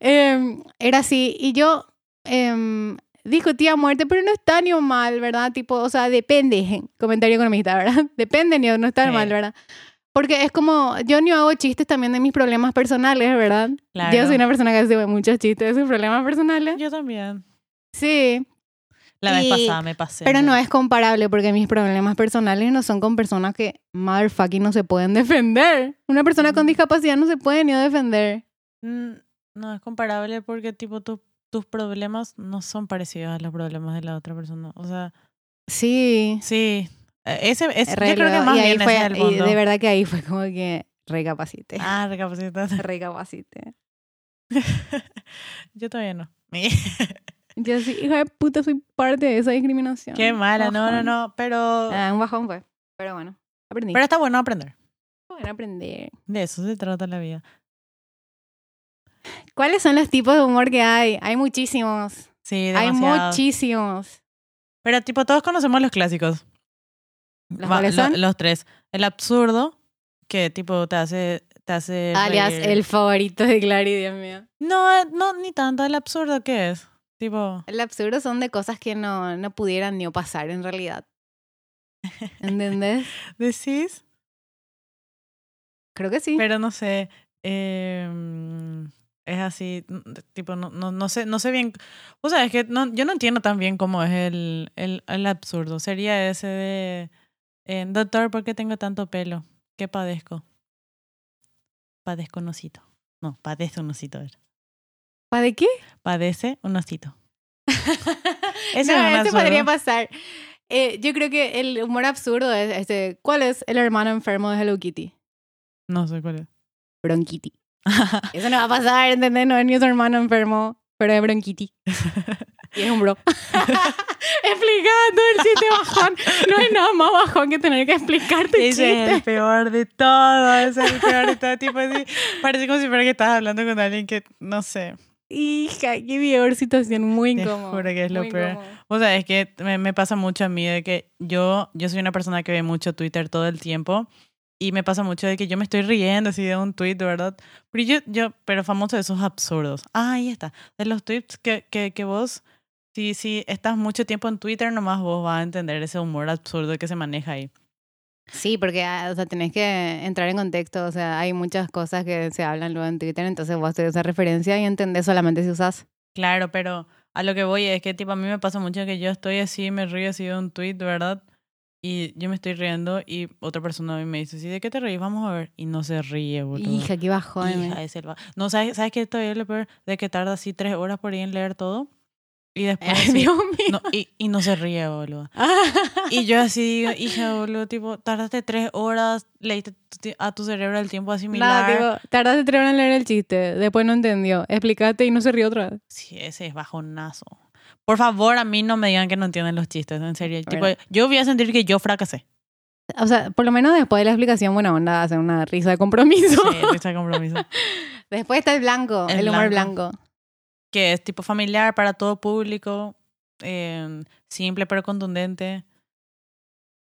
Speaker 1: eh, era así. Y yo eh, discutía a muerte, pero no está ni mal, ¿verdad? Tipo, o sea, depende. Comentario economista, ¿verdad? Depende, ni no está
Speaker 2: Sí.
Speaker 1: mal, ¿verdad? Porque es como, yo ni hago chistes también de mis problemas personales, ¿verdad? Yo
Speaker 2: Claro.
Speaker 1: soy una persona que hace muchos chistes de sus problemas personales.
Speaker 2: Yo también.
Speaker 1: Sí,
Speaker 2: La vez
Speaker 1: Y-
Speaker 2: pasada me pasé.
Speaker 1: pero no es comparable porque mis problemas personales no son con personas que, motherfucking, no se pueden defender. Una persona con
Speaker 2: Mm.
Speaker 1: discapacidad no se puede ni defender.
Speaker 2: Mm, No es comparable porque, tipo, tus tus problemas no son parecidos a los problemas de la otra persona. O sea,
Speaker 1: Sí.
Speaker 2: sí. eh, Ese, es, yo
Speaker 1: re
Speaker 2: creo que
Speaker 1: luego-
Speaker 2: más
Speaker 1: y ahí
Speaker 2: bien ese es el
Speaker 1: fue, y
Speaker 2: fondo.
Speaker 1: de verdad que ahí fue como que recapacité.
Speaker 2: Ah, recapacitaste.
Speaker 1: Recapacité.
Speaker 2: Yo todavía no.
Speaker 1: Yo sí, hija de puta, soy parte de esa discriminación.
Speaker 2: Qué mala, no, no,
Speaker 1: Bajón.
Speaker 2: no. Pero,
Speaker 1: Ah, un bajón fue. Pero bueno, aprendí.
Speaker 2: pero está bueno aprender.
Speaker 1: Bueno, aprender.
Speaker 2: De eso se trata la vida.
Speaker 1: ¿Cuáles son los tipos de humor que hay? Hay muchísimos.
Speaker 2: Sí,
Speaker 1: Hay
Speaker 2: demasiado.
Speaker 1: muchísimos.
Speaker 2: pero, tipo, todos conocemos los clásicos.
Speaker 1: ¿Los
Speaker 2: Va-
Speaker 1: cuáles
Speaker 2: lo-
Speaker 1: son?
Speaker 2: los tres. El absurdo, que, tipo, te hace... Te hace
Speaker 1: Alias,
Speaker 2: reír.
Speaker 1: el favorito de Clary, Dios mío.
Speaker 2: No, eh, no, ni tanto. El absurdo, ¿qué es? Tipo...
Speaker 1: El absurdo son de cosas que no, no pudieran ni pasar en realidad. ¿Entendés?
Speaker 2: Decís,
Speaker 1: Creo que sí.
Speaker 2: pero no sé. eh, mm, es así, n- de- tipo, no, no, no sé, no sé bien. O sea, es que no, yo no entiendo tan bien cómo es el, el, el absurdo. Sería ese de eh, Doctor, ¿por qué tengo tanto pelo? ¿Qué padezco? Padezco un osito. No, padece un osito. era.
Speaker 1: ¿Para de qué?
Speaker 2: Padece un osito. Ese
Speaker 1: Ese no,
Speaker 2: es un
Speaker 1: ese podría
Speaker 2: absurdo.
Speaker 1: pasar. Eh, yo creo que el humor absurdo es este. ¿Cuál es el hermano enfermo de Hello Kitty?
Speaker 2: No sé cuál es.
Speaker 1: Bronquiti. Eso no va a pasar, ¿entendés? No es ni su hermano enfermo, pero es bronquiti. Y es un bro. Explicando el chiste bajón. No hay nada más bajón que tener que explicarte el
Speaker 2: Ese es
Speaker 1: chiste.
Speaker 2: el peor de todo. Ese es el peor de todo. Tipo así, parece como si fuera que estás hablando con alguien que, no sé.
Speaker 1: Hija, qué peor situación, muy
Speaker 2: Te
Speaker 1: incómoda.
Speaker 2: juro que es lo
Speaker 1: muy
Speaker 2: peor.
Speaker 1: incómodo.
Speaker 2: O sea, es que me, me pasa mucho a mí de que yo, yo soy una persona que ve mucho Twitter todo el tiempo y me pasa mucho de que yo me estoy riendo así de un tweet, ¿verdad? Pero yo, yo pero famoso de esos absurdos. Ah, ahí está. De los tweets que, que, que vos, si, si estás mucho tiempo en Twitter, nomás vos vas a entender ese humor absurdo que se maneja ahí.
Speaker 1: Sí, porque ah, o sea, tenés que entrar en contexto, o sea, hay muchas cosas que se hablan luego en Twitter, entonces vos te das esa referencia y entendés solamente si usás.
Speaker 2: Claro, pero a lo que voy es que tipo a mí me pasa mucho que yo estoy así, me río así de un tweet, ¿verdad? Y yo me estoy riendo y otra persona a mí me dice, sí, ¿de qué te reís? Vamos a ver. Y no se ríe, boludo.
Speaker 1: Hija, qué bajón.
Speaker 2: Hija,
Speaker 1: eh.
Speaker 2: es el va- No, ¿sabes, ¿sabes qué todavía es lo peor? De que tarda así tres horas por ir en leer todo. Y después... así-
Speaker 1: Dios mío.
Speaker 2: no, y, y no se ríe, boludo. Y yo así digo, hija, boludo, tipo, tardaste tres horas, leíste tu- a tu cerebro el tiempo asimilar.
Speaker 1: Nada, tipo, tardaste tres horas en leer el chiste, después no entendió. Explícate y no se rió otra vez.
Speaker 2: Sí, ese es bajonazo. Por favor, a mí no me digan que no entienden los chistes, en serio. Tipo,
Speaker 1: Bueno.
Speaker 2: yo voy a sentir que yo fracasé.
Speaker 1: O sea, por lo menos después de la explicación, buena onda, hace una risa de compromiso.
Speaker 2: Sí, risa de compromiso.
Speaker 1: Después está el blanco,
Speaker 2: El
Speaker 1: el, humor
Speaker 2: blanco.
Speaker 1: blanco.
Speaker 2: que es tipo familiar para todo público, eh, simple pero contundente.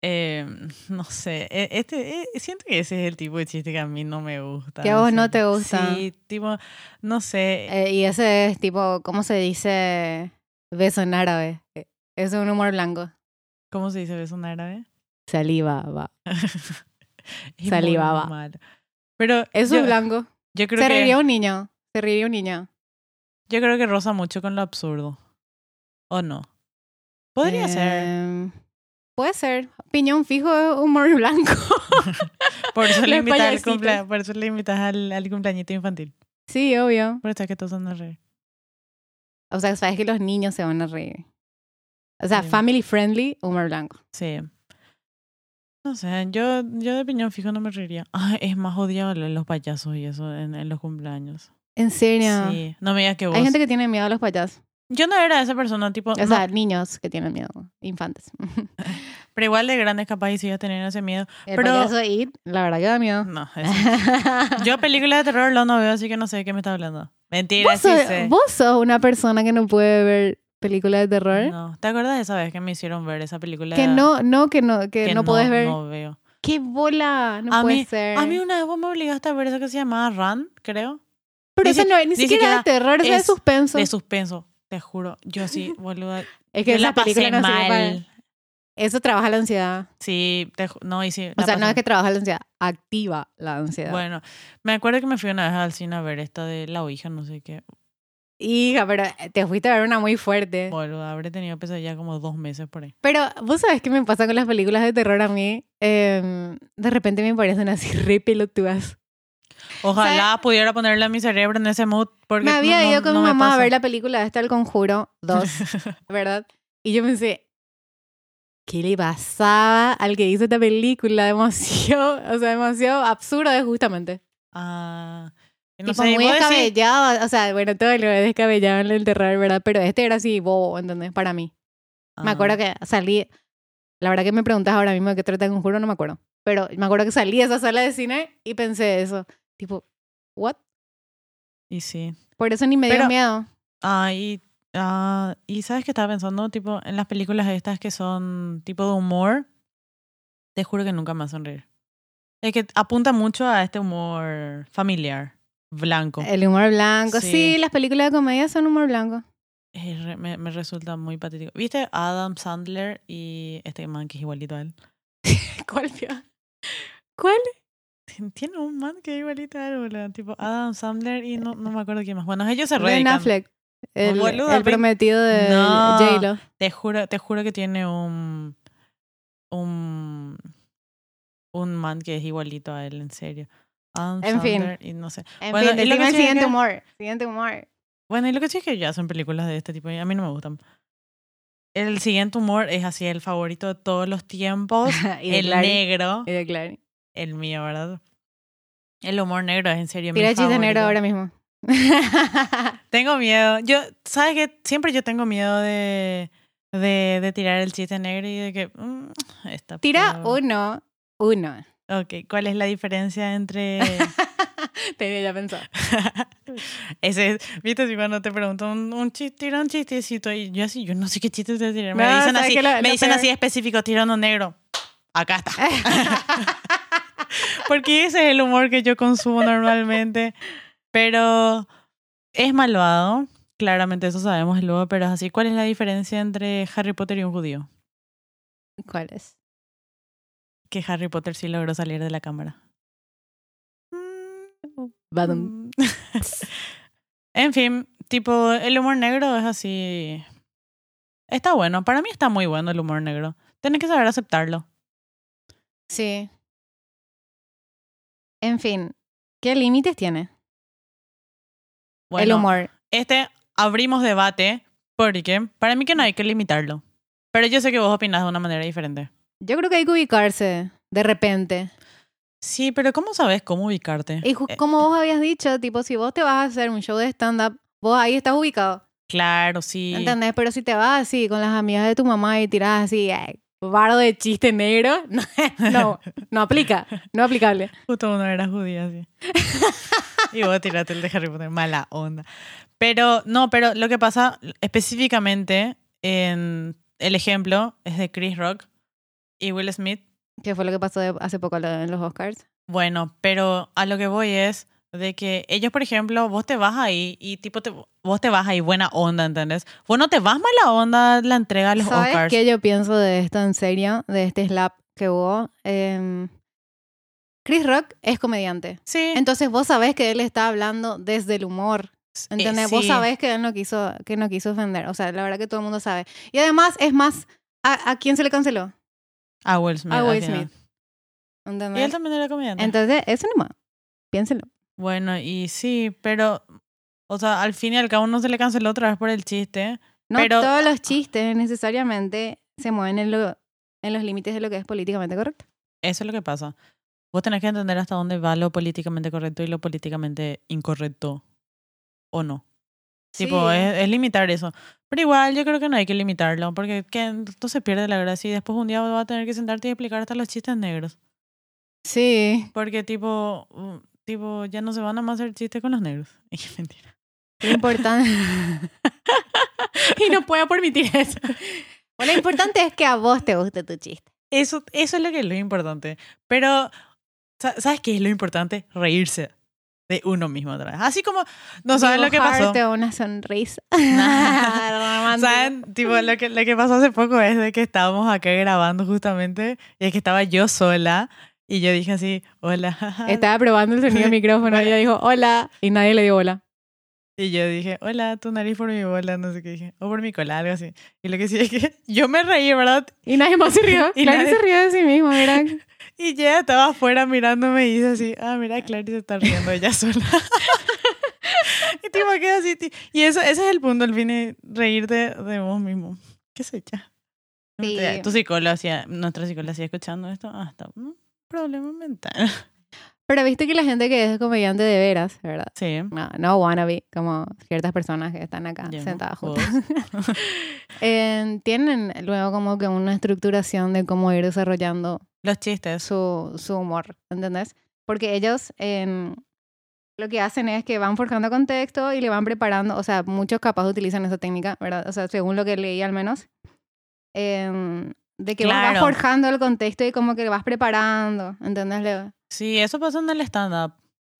Speaker 2: Eh, no sé, e- este, eh, siento que ese es el tipo de chiste que a mí no me gusta.
Speaker 1: Que a vos no
Speaker 2: sé.
Speaker 1: te gusta.
Speaker 2: Sí, tipo, no sé.
Speaker 1: Eh, y ese es tipo, ¿cómo se dice? Beso en árabe. Eh, Es un humor blanco.
Speaker 2: ¿Cómo se dice beso en árabe?
Speaker 1: Saliva, va.
Speaker 2: Es muy
Speaker 1: Salivaba.
Speaker 2: malo. Pero
Speaker 1: Eso
Speaker 2: yo,
Speaker 1: es blanco.
Speaker 2: yo creo
Speaker 1: Se
Speaker 2: que,
Speaker 1: reiría un niño. Se reiría un niño.
Speaker 2: Yo creo que roza mucho con lo absurdo. ¿O no? Podría ser.
Speaker 1: Eh, Puede ser. Piñón fijo es humor blanco.
Speaker 2: Por eso le
Speaker 1: los
Speaker 2: invitas al,
Speaker 1: payasitos.
Speaker 2: cumplea- por eso le invitas al, al cumpleañito infantil.
Speaker 1: sí, obvio.
Speaker 2: Por eso es que todos son a reír.
Speaker 1: O sea, sabes que los niños se van a reír. O sea,
Speaker 2: Sí.
Speaker 1: family friendly, humor blanco.
Speaker 2: Sí. No sé, yo, yo de piñón fijo no me reiría. Ay, es más odiable los payasos y eso en, en los cumpleaños.
Speaker 1: En serio.
Speaker 2: Sí, no me digas que vos.
Speaker 1: Hay gente que tiene miedo a los payasos.
Speaker 2: Yo no era esa persona, tipo.
Speaker 1: O
Speaker 2: no,
Speaker 1: sea, niños que tienen miedo. Infantes.
Speaker 2: pero igual de grandes capaz y sigas teniendo ese miedo.
Speaker 1: El
Speaker 2: Pero- Mm,
Speaker 1: payaso It, la verdad que da miedo.
Speaker 2: No, eso- yo películas de terror lo no veo, así que no sé de qué me está hablando. Mentira,
Speaker 1: ¿Vos,
Speaker 2: sí
Speaker 1: sos,
Speaker 2: sé.
Speaker 1: vos sos una persona que no puede ver películas de terror.
Speaker 2: No, ¿te acuerdas de esa vez que me hicieron ver esa película?
Speaker 1: Que no, no, que no, que, no podés ver. Eh.
Speaker 2: No veo.
Speaker 1: ¡Qué bola! No
Speaker 2: A
Speaker 1: puede
Speaker 2: mí-
Speaker 1: ser.
Speaker 2: A mí una vez vos me obligaste a ver esa que se llamaba Run, creo.
Speaker 1: Pero
Speaker 2: dice-
Speaker 1: eso no, es ni
Speaker 2: dice
Speaker 1: siquiera
Speaker 2: que
Speaker 1: de terror, eso es de
Speaker 2: es
Speaker 1: suspenso.
Speaker 2: De suspenso, te juro. Yo así, boluda.
Speaker 1: es que
Speaker 2: yo
Speaker 1: esa
Speaker 2: la pasé
Speaker 1: película no sirve para-
Speaker 2: mal.
Speaker 1: Eso trabaja la ansiedad.
Speaker 2: Sí, te ju- no, y sí.
Speaker 1: O
Speaker 2: la
Speaker 1: sea, no
Speaker 2: pasé-
Speaker 1: es que trabaja la ansiedad, activa la ansiedad.
Speaker 2: Bueno, me acuerdo que me fui una vez al cine a ver esta de La Ouija, no sé qué.
Speaker 1: Hija, pero eh, te fuiste a ver una muy fuerte.
Speaker 2: Bueno, habré tenido pesadilla como dos meses por ahí.
Speaker 1: Pero vos sabés qué me pasa con las películas de terror a mí. Eh, de repente me parecen así re pelotudas.
Speaker 2: Ojalá pudiera ponerle a mi cerebro en ese mood. Porque
Speaker 1: Me había
Speaker 2: no-
Speaker 1: ido
Speaker 2: no-
Speaker 1: con
Speaker 2: no
Speaker 1: mi
Speaker 2: me
Speaker 1: mamá a
Speaker 2: pasa.
Speaker 1: ver la película esta El Conjuro 2, ¿verdad? Y yo pensé, ¿qué le pasaba al que hizo esta película? Demasiado, o sea, demasiado absurdo es justamente.
Speaker 2: Ah, y no
Speaker 1: tipo,
Speaker 2: sé, y
Speaker 1: muy
Speaker 2: vos decís-
Speaker 1: descabellado, o sea, bueno, todo lo descabellado en el terror, ¿verdad? Pero este era así bobo, ¿entendés? Para mí. Me
Speaker 2: Ah,
Speaker 1: acuerdo que salí, la verdad que me preguntas ahora mismo de qué trata El Conjuro, no me acuerdo. Pero me acuerdo que salí de esa sala de cine y pensé eso, tipo, ¿what?
Speaker 2: Y sí.
Speaker 1: Por eso ni me dio
Speaker 2: Pero-
Speaker 1: miedo.
Speaker 2: Ah, y, ah, y sabes que estaba pensando, tipo, en las películas estas que son tipo de humor, te juro que nunca me a sonreír. Es que apunta mucho a este humor familiar, blanco.
Speaker 1: El humor blanco. Sí.
Speaker 2: Sí,
Speaker 1: las películas de comedia son humor blanco.
Speaker 2: Es re- me, me resulta muy patético. ¿Viste Adam Sandler y este man que es igualito a él?
Speaker 1: ¿Cuál, pio? ¿Cuál?
Speaker 2: Tiene un man que es igualito a él, boludo. Tipo Adam Sandler y no, no me acuerdo quién más. Bueno, ellos se
Speaker 1: Ben
Speaker 2: radican.
Speaker 1: Affleck. El,
Speaker 2: Boluda,
Speaker 1: el
Speaker 2: Ben-
Speaker 1: prometido de
Speaker 2: No.
Speaker 1: J-Lo.
Speaker 2: Te juro, te juro que tiene un, un, un man que es igualito a él, en serio. Adam
Speaker 1: En fin.
Speaker 2: Sandler y no sé.
Speaker 1: En
Speaker 2: Bueno,
Speaker 1: fin,
Speaker 2: y lo que
Speaker 1: decime el
Speaker 2: sí es
Speaker 1: siguiente
Speaker 2: que-
Speaker 1: humor. Siguiente humor.
Speaker 2: Bueno, y lo que sí es que ya son películas de este tipo y a mí no me gustan. El siguiente humor es así el favorito de todos los tiempos.
Speaker 1: y de
Speaker 2: el
Speaker 1: Clary,
Speaker 2: negro,
Speaker 1: Y de Clary.
Speaker 2: el mío, ¿verdad? El humor negro es en serio mi
Speaker 1: Tira chiste
Speaker 2: favorito.
Speaker 1: negro ahora mismo.
Speaker 2: Tengo miedo. Yo, ¿sabes qué? Siempre yo tengo miedo de, de, de tirar el chiste negro y de que... mm, esta
Speaker 1: Tira
Speaker 2: pava.
Speaker 1: uno. Uno.
Speaker 2: Ok, ¿cuál es la diferencia entre...?
Speaker 1: Tenía ya pensado.
Speaker 2: Ese, es- viste, si cuando te preguntan un, un chiste, tira un chistecito y yo así, yo no sé qué chiste te tirar. Me
Speaker 1: No,
Speaker 2: dicen,
Speaker 1: ¿sabes
Speaker 2: así,
Speaker 1: qué? Lo-
Speaker 2: me
Speaker 1: lo
Speaker 2: dicen
Speaker 1: peor-
Speaker 2: así específico, tira uno negro. Acá está. Porque ese es el humor que yo consumo normalmente. Pero es malvado, claramente eso sabemos luego, pero es así. ¿Cuál es la diferencia entre Harry Potter y un judío?
Speaker 1: ¿Cuál es?
Speaker 2: Que Harry Potter sí logró salir de la cámara. Mm.
Speaker 1: Badum.
Speaker 2: En fin, Tipo, el humor negro es así. Está bueno. Para mí está muy bueno el humor negro. Tienes que saber aceptarlo.
Speaker 1: Sí. En fin, ¿qué límites tiene
Speaker 2: Bueno,
Speaker 1: el humor?
Speaker 2: Este abrimos debate porque para mí que no hay que limitarlo. Pero yo sé que vos opinás de una manera diferente.
Speaker 1: Yo creo que hay que ubicarse de repente.
Speaker 2: Sí, pero ¿cómo sabes cómo ubicarte?
Speaker 1: Y ju-
Speaker 2: Eh,
Speaker 1: como vos habías dicho, tipo, si vos te vas a hacer un show de stand-up, vos ahí estás ubicado.
Speaker 2: claro, sí.
Speaker 1: ¿Entendés? Pero si te vas así con las amigas de tu mamá y tirás así, ay, bardo de chiste negro, no, no, no aplica, no aplicable.
Speaker 2: Justo uno era judía, sí. y vos tiraste el de Harry Potter, mala onda. Pero, no, pero lo que pasa específicamente en el ejemplo es de Chris Rock y Will Smith.
Speaker 1: ¿Qué fue lo que pasó de- hace poco lo- en los Oscars?
Speaker 2: Bueno, pero a lo que voy es de que ellos, por ejemplo, vos te vas ahí y tipo, te, vos te vas ahí buena onda, ¿entendés? Vos no te vas mala onda la entrega a los
Speaker 1: ¿Sabes
Speaker 2: Oscars.
Speaker 1: qué yo pienso de esto en serio? De este slap que hubo. Em, Chris Rock es comediante.
Speaker 2: Sí,
Speaker 1: Entonces vos sabés que él está hablando desde el humor.
Speaker 2: eh,
Speaker 1: ¿Entendés? Vos
Speaker 2: sí.
Speaker 1: sabés que él no quiso, que no quiso ofender. O sea, la verdad que todo el mundo sabe. Y además, es más, ¿a, a quién se le canceló?
Speaker 2: A Will Smith.
Speaker 1: A
Speaker 2: al
Speaker 1: Will
Speaker 2: final.
Speaker 1: Smith. ¿Entendés?
Speaker 2: Y él también era comediante.
Speaker 1: Entonces, eso nomás. Piénselo.
Speaker 2: Bueno, y sí, pero, o sea, al fin y al cabo no se le canceló otra vez por el chiste.
Speaker 1: No
Speaker 2: Pero- ah.
Speaker 1: todos los chistes necesariamente se mueven en, lo, en los límites de lo que es políticamente correcto.
Speaker 2: Eso es lo que pasa. Vos tenés que entender hasta dónde va lo políticamente correcto y lo políticamente incorrecto. ¿O no? Tipo,
Speaker 1: Sí.
Speaker 2: es, es limitar eso. Pero igual yo creo que no hay que limitarlo, porque que entonces pierde la gracia y después un día vas a tener que sentarte y explicar hasta los chistes negros.
Speaker 1: Sí.
Speaker 2: Porque tipo, mm, tipo ya no se van a más hacer chistes con los negros. Y mentira.
Speaker 1: Lo importante. y no puedo permitir eso. Bueno, lo importante es que a vos te guste tu chiste.
Speaker 2: Eso, eso es lo que es lo importante. Pero, sa- ¿sabes qué es lo importante? Reírse de uno mismo otra vez. Así como, no saben lo que pasó.
Speaker 1: Dibujarte una sonrisa. Romántico.
Speaker 2: ¿Saben? Tipo, lo que, lo que pasó hace poco es de que estábamos acá grabando justamente y es que estaba yo sola y yo dije así, hola.
Speaker 1: Estaba probando el sonido del micrófono y ella dijo hola y nadie le dio bola.
Speaker 2: Y yo dije, hola, tu nariz por mi bola, no sé qué dije, o por mi cola, algo así. Y lo que sí es que yo me reí, ¿verdad?
Speaker 1: Y nadie más se rió.
Speaker 2: Y
Speaker 1: Y
Speaker 2: nadie-
Speaker 1: se rió de sí mismo, ¿verdad?
Speaker 2: Y ella estaba afuera mirándome y dice así, ah, mira, Clary se está riendo ella sola. y tipo, queda así. ti- Y eso, ese es el punto, el fin de reírte de vos mismo. ¿Qué sé yo?
Speaker 1: Sí.
Speaker 2: Ya, Tu psicóloga, hacía- nuestra psicóloga, hacía escuchando esto, ah, está un problema mental.
Speaker 1: Pero viste que la gente que es comediante de veras, ¿verdad?
Speaker 2: Sí.
Speaker 1: No, no wannabe, como ciertas personas que están acá
Speaker 2: Ya,
Speaker 1: sentadas
Speaker 2: vos.
Speaker 1: juntas. Eh, tienen luego como que una estructuración de cómo ir desarrollando
Speaker 2: Los chistes.
Speaker 1: su, su humor, ¿entendés? Porque ellos en- lo que hacen es que van forjando contexto y le van preparando, o sea, muchos capaz utilizan esa técnica, ¿verdad? O sea, según lo que leí al menos, em, de que vos vas
Speaker 2: Claro.
Speaker 1: forjando el contexto y como que vas preparando, ¿entendés? Le-
Speaker 2: Sí, eso pasó en el stand-up.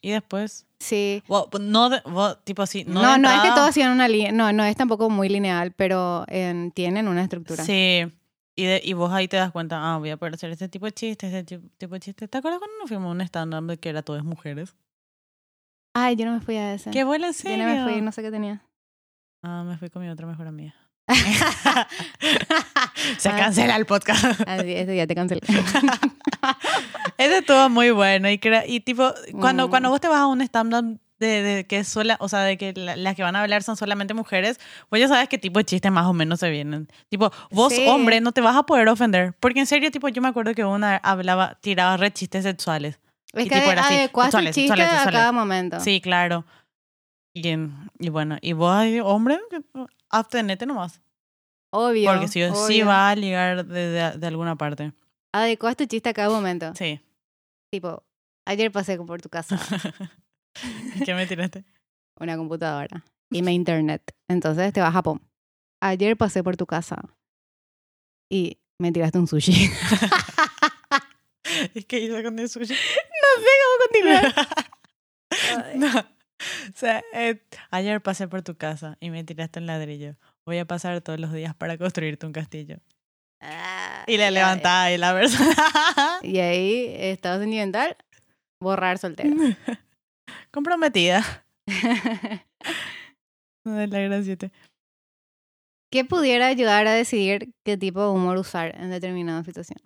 Speaker 2: Y después.
Speaker 1: Sí.
Speaker 2: Wow, no, de- wow, tipo así.
Speaker 1: No,
Speaker 2: No, de
Speaker 1: no, es
Speaker 2: entrada.
Speaker 1: que todos sigan una línea, no, no es tampoco muy lineal, pero em, tienen una estructura.
Speaker 2: Sí. Y, de- y vos ahí te das cuenta, ah, voy a poder hacer este tipo de chistes, este ti- tipo de chistes. ¿Te acuerdas cuando nos fuimos a un stand-up de que era todas mujeres?
Speaker 1: Ay, yo no me fui a ese.
Speaker 2: ¡Qué bueno, en
Speaker 1: yo
Speaker 2: serio!
Speaker 1: no me fui, no sé qué tenía.
Speaker 2: Ah, me fui con mi otra mejor amiga. Se cancela el podcast.
Speaker 1: Ah, sí, ese día te cancelé.
Speaker 2: Ese estuvo muy bueno. Y, crea- y tipo, cuando,
Speaker 1: Mm.
Speaker 2: cuando vos te vas a un stand-up de, de que es sola, o sea, de que la- las que van a hablar son solamente mujeres, vos ya sabes qué tipo de chistes más o menos se vienen. Tipo, vos,
Speaker 1: Sí.
Speaker 2: hombre, no te vas a poder ofender. Porque en serio, tipo, yo me acuerdo que una hablaba, tiraba re chistes sexuales.
Speaker 1: Es
Speaker 2: Y
Speaker 1: que
Speaker 2: tipo era así,
Speaker 1: adecuás tu
Speaker 2: sexuales,
Speaker 1: chiste
Speaker 2: sexuales,
Speaker 1: a
Speaker 2: sexuales.
Speaker 1: cada momento.
Speaker 2: Sí, claro. Y, en- y bueno, y vos, ahí, hombre, abstenete nomás.
Speaker 1: Obvio.
Speaker 2: Porque si o sí
Speaker 1: obvio.
Speaker 2: va a ligar de, de- de alguna parte.
Speaker 1: Adecuás tu chiste a cada momento.
Speaker 2: Sí.
Speaker 1: Tipo, ayer pasé por tu casa
Speaker 2: ¿Qué me tiraste?
Speaker 1: una computadora y me internet. Entonces te vas a Japón. Ayer pasé por tu casa y me tiraste un sushi.
Speaker 2: ¿Y ¿Qué hizo con el sushi?
Speaker 1: Continuar.
Speaker 2: No. O sea, eh, ayer pasé por tu casa y me tiraste un ladrillo. Voy a pasar todos los días para construirte un castillo.
Speaker 1: Ah,
Speaker 2: Y le
Speaker 1: ya
Speaker 2: levantaba y la persona.
Speaker 1: ves. Y ahí, estado sentimental, borrar soltero.
Speaker 2: Comprometida. de la gran 7.
Speaker 1: ¿Qué pudiera ayudar a decidir qué tipo de humor usar en determinada situación?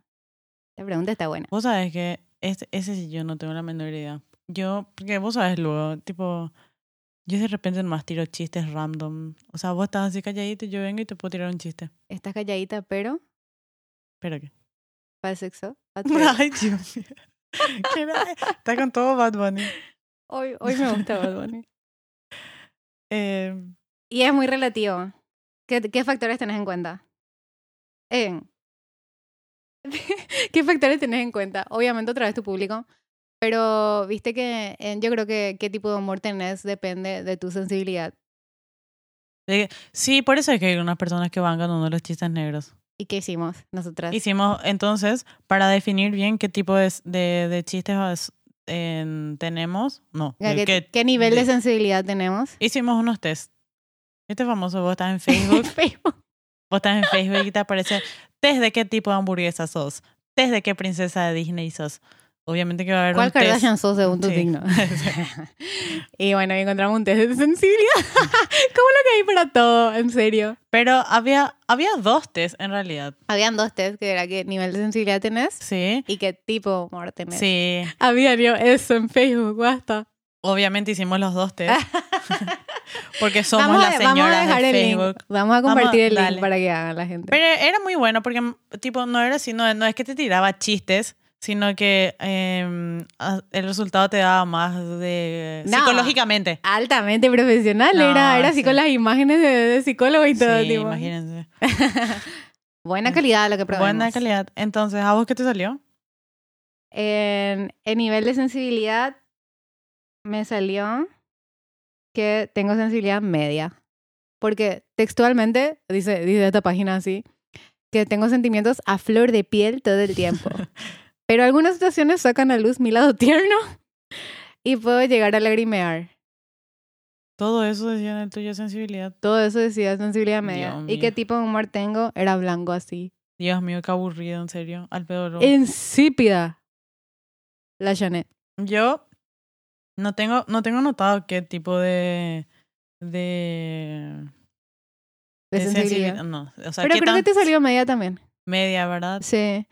Speaker 1: La pregunta está buena.
Speaker 2: Vos sabés que este, ese sí yo no tengo la menor idea. Yo, porque vos sabés luego, tipo, yo de repente nomás tiro chistes random. O sea, vos estás así calladito y yo vengo y te puedo tirar un chiste.
Speaker 1: Estás calladita, pero
Speaker 2: ¿Pero qué?
Speaker 1: para el sexo.
Speaker 2: Ay, Dios mío. ¿Qué era? Está con todo Bad Bunny.
Speaker 1: Hoy, hoy me gusta Bad Bunny.
Speaker 2: Eh,
Speaker 1: Y es muy relativo. ¿Qué, qué factores tenés en cuenta? En- ¿Qué factores tenés en cuenta? Obviamente otra vez tu público, pero viste que eh, yo creo que qué tipo de humor tenés depende de tu sensibilidad
Speaker 2: sí, por eso es que hay unas personas que van ganando los chistes negros.
Speaker 1: y qué hicimos nosotras.
Speaker 2: Hicimos, entonces, para definir bien qué tipo de, de, de chistes vas- en- tenemos, no,
Speaker 1: O sea,
Speaker 2: de
Speaker 1: ¿Qué,
Speaker 2: qué-
Speaker 1: qué nivel de
Speaker 2: de-
Speaker 1: sensibilidad tenemos?
Speaker 2: hicimos unos test. Este famoso, vos estás en Facebook,
Speaker 1: Facebook.
Speaker 2: vos estás en Facebook y te aparece test de qué tipo de hamburguesa sos, test de qué princesa de Disney sos. Obviamente que va a haber
Speaker 1: ¿Cuál
Speaker 2: un test.
Speaker 1: Kardashian sos según tu
Speaker 2: Sí.
Speaker 1: signo? y bueno, ahí encontramos un test de sensibilidad. ¿Cómo lo que hay para todo? En serio.
Speaker 2: Pero había, había dos test en realidad.
Speaker 1: Habían dos test que era qué nivel de sensibilidad tenés
Speaker 2: Sí.
Speaker 1: y qué tipo de humor tenés.
Speaker 2: Sí.
Speaker 1: Había yo eso en Facebook, basta.
Speaker 2: Obviamente hicimos los dos test. porque somos
Speaker 1: vamos,
Speaker 2: las
Speaker 1: a, vamos a
Speaker 2: señoras
Speaker 1: dejar
Speaker 2: de
Speaker 1: el
Speaker 2: Facebook.
Speaker 1: link. Vamos a compartir el link
Speaker 2: dale.
Speaker 1: para que hagan la gente.
Speaker 2: Pero era muy bueno porque, mm, tipo, no era así, no, no es que te tiraba chistes, sino que eh, a- el resultado te daba más de...
Speaker 1: No.
Speaker 2: Psicológicamente.
Speaker 1: Altamente profesional
Speaker 2: No,
Speaker 1: era, era así
Speaker 2: sí.
Speaker 1: con las imágenes de, de psicólogo y
Speaker 2: Sí,
Speaker 1: todo. tipo.
Speaker 2: imagínense.
Speaker 1: Buena calidad lo que probamos.
Speaker 2: Buena calidad. Entonces, ¿a vos qué te salió?
Speaker 1: En, en nivel de sensibilidad me salió que tengo sensibilidad media. Porque textualmente dice, dice esta página así, que tengo sentimientos a flor de piel todo el tiempo. Pero algunas situaciones sacan a luz mi lado tierno y puedo llegar a lagrimear.
Speaker 2: Todo eso decía en el tuyo sensibilidad.
Speaker 1: Todo eso decía sensibilidad media.
Speaker 2: Dios
Speaker 1: ¿Y qué
Speaker 2: mío.
Speaker 1: tipo de humor tengo? Era blanco así.
Speaker 2: Dios mío, qué aburrido, en serio. Al peor.
Speaker 1: Eh, Insípida. La Janet.
Speaker 2: Yo no tengo, no tengo notado qué tipo de... de
Speaker 1: De
Speaker 2: de
Speaker 1: sensibilidad.
Speaker 2: sensibil- No, o sea,
Speaker 1: Pero
Speaker 2: qué
Speaker 1: creo que
Speaker 2: tan
Speaker 1: te salió media también.
Speaker 2: media, ¿verdad?
Speaker 1: Sí.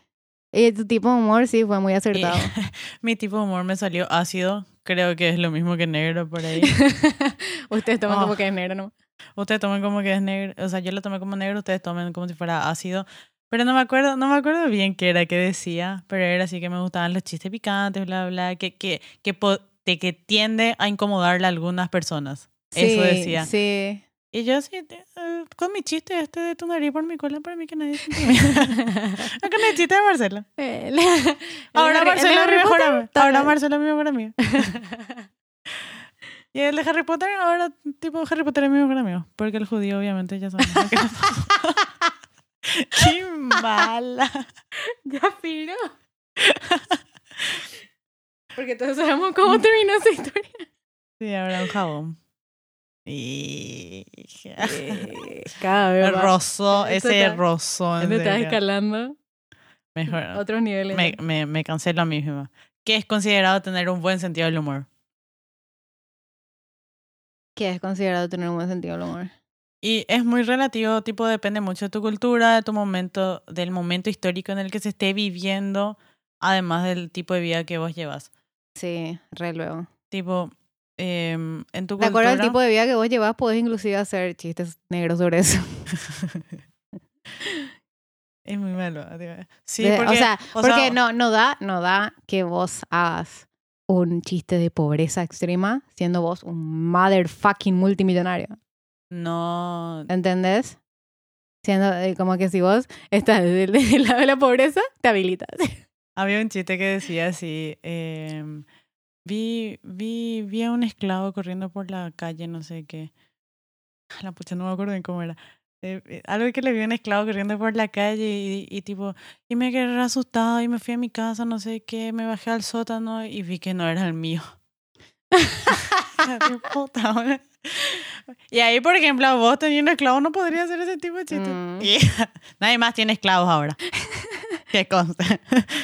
Speaker 1: Y tu tipo de humor sí fue muy
Speaker 2: Y-
Speaker 1: acertado.
Speaker 2: mi tipo de humor me salió ácido. Creo que es lo mismo que negro por ahí.
Speaker 1: Ustedes toman
Speaker 2: Oh.
Speaker 1: como que es negro, ¿no?
Speaker 2: ustedes tomen como que es negro. O sea, yo lo tomé como negro, ustedes tomen como si fuera ácido. Pero no me acuerdo, no me acuerdo bien qué era que decía. Pero era así que me gustaban los chistes picantes, bla, bla, que, que, que, po- de que tiende a incomodarle a algunas personas. Eso decía.
Speaker 1: Sí.
Speaker 2: Y yo así, te- eh, con mi chiste este de tu nariz por mi cola, para mí que nadie se intimida. Ah, con el chiste de Marcela.
Speaker 1: El- el Harry-
Speaker 2: Ahora
Speaker 1: el
Speaker 2: Marcelo es mi
Speaker 1: Harry
Speaker 2: mejor
Speaker 1: Potter,
Speaker 2: amigo.
Speaker 1: tal
Speaker 2: Ahora
Speaker 1: vez.
Speaker 2: Marcelo es mi mejor amigo. Y el de Harry Potter, ahora tipo Harry Potter es mi mejor amigo. Porque el judío, obviamente, ya sabemos. lo que nos pasó. ¡Qué mala!
Speaker 1: Ya fino. Porque todos sabemos cómo terminó esa historia.
Speaker 2: Sí, ahora un jabón. Y...
Speaker 1: Cada vez
Speaker 2: Me
Speaker 1: más.
Speaker 2: rozó,
Speaker 1: Esto
Speaker 2: ese
Speaker 1: está-
Speaker 2: rozó. en
Speaker 1: Te estás
Speaker 2: serio.
Speaker 1: escalando a
Speaker 2: Mejor.
Speaker 1: otros niveles.
Speaker 2: Me, me, me cancelo a mí misma. ¿Qué es considerado tener un buen sentido del humor?
Speaker 1: ¿Qué es considerado tener un buen sentido del humor?
Speaker 2: Y es muy relativo, tipo, depende mucho de tu cultura, de tu momento, del momento histórico en el que se esté viviendo, además del tipo de vida que vos llevas.
Speaker 1: Sí, re luego.
Speaker 2: Tipo, em, en tu
Speaker 1: De
Speaker 2: cultura.
Speaker 1: acuerdo al tipo de vida que vos llevas, podés inclusive hacer chistes negros sobre eso.
Speaker 2: Es muy malo. digo. Sí,
Speaker 1: De-
Speaker 2: porque,
Speaker 1: o sea,
Speaker 2: o
Speaker 1: porque
Speaker 2: sea,
Speaker 1: no, no, da, no da que vos hagas un chiste de pobreza extrema siendo vos un motherfucking multimillonario.
Speaker 2: No.
Speaker 1: ¿Entendés? Siendo eh, como que si vos estás del, del lado de la pobreza, te habilitas.
Speaker 2: Había un chiste que decía así. em, vi, vi, vi a un esclavo corriendo por la calle, no sé qué. Ah, La pucha, no me acuerdo bien cómo era. Eh, eh, algo que le vi a un esclavo corriendo por la calle y, y tipo, y me quedé re asustado y me fui a mi casa, no sé qué, me bajé al sótano y vi que no era el mío. Qué puta, madre. y ahí, por ejemplo, vos teniendo esclavos no podría hacer ese tipo de chistes.
Speaker 1: Mm.
Speaker 2: Y- nadie más tiene esclavos ahora. que conste.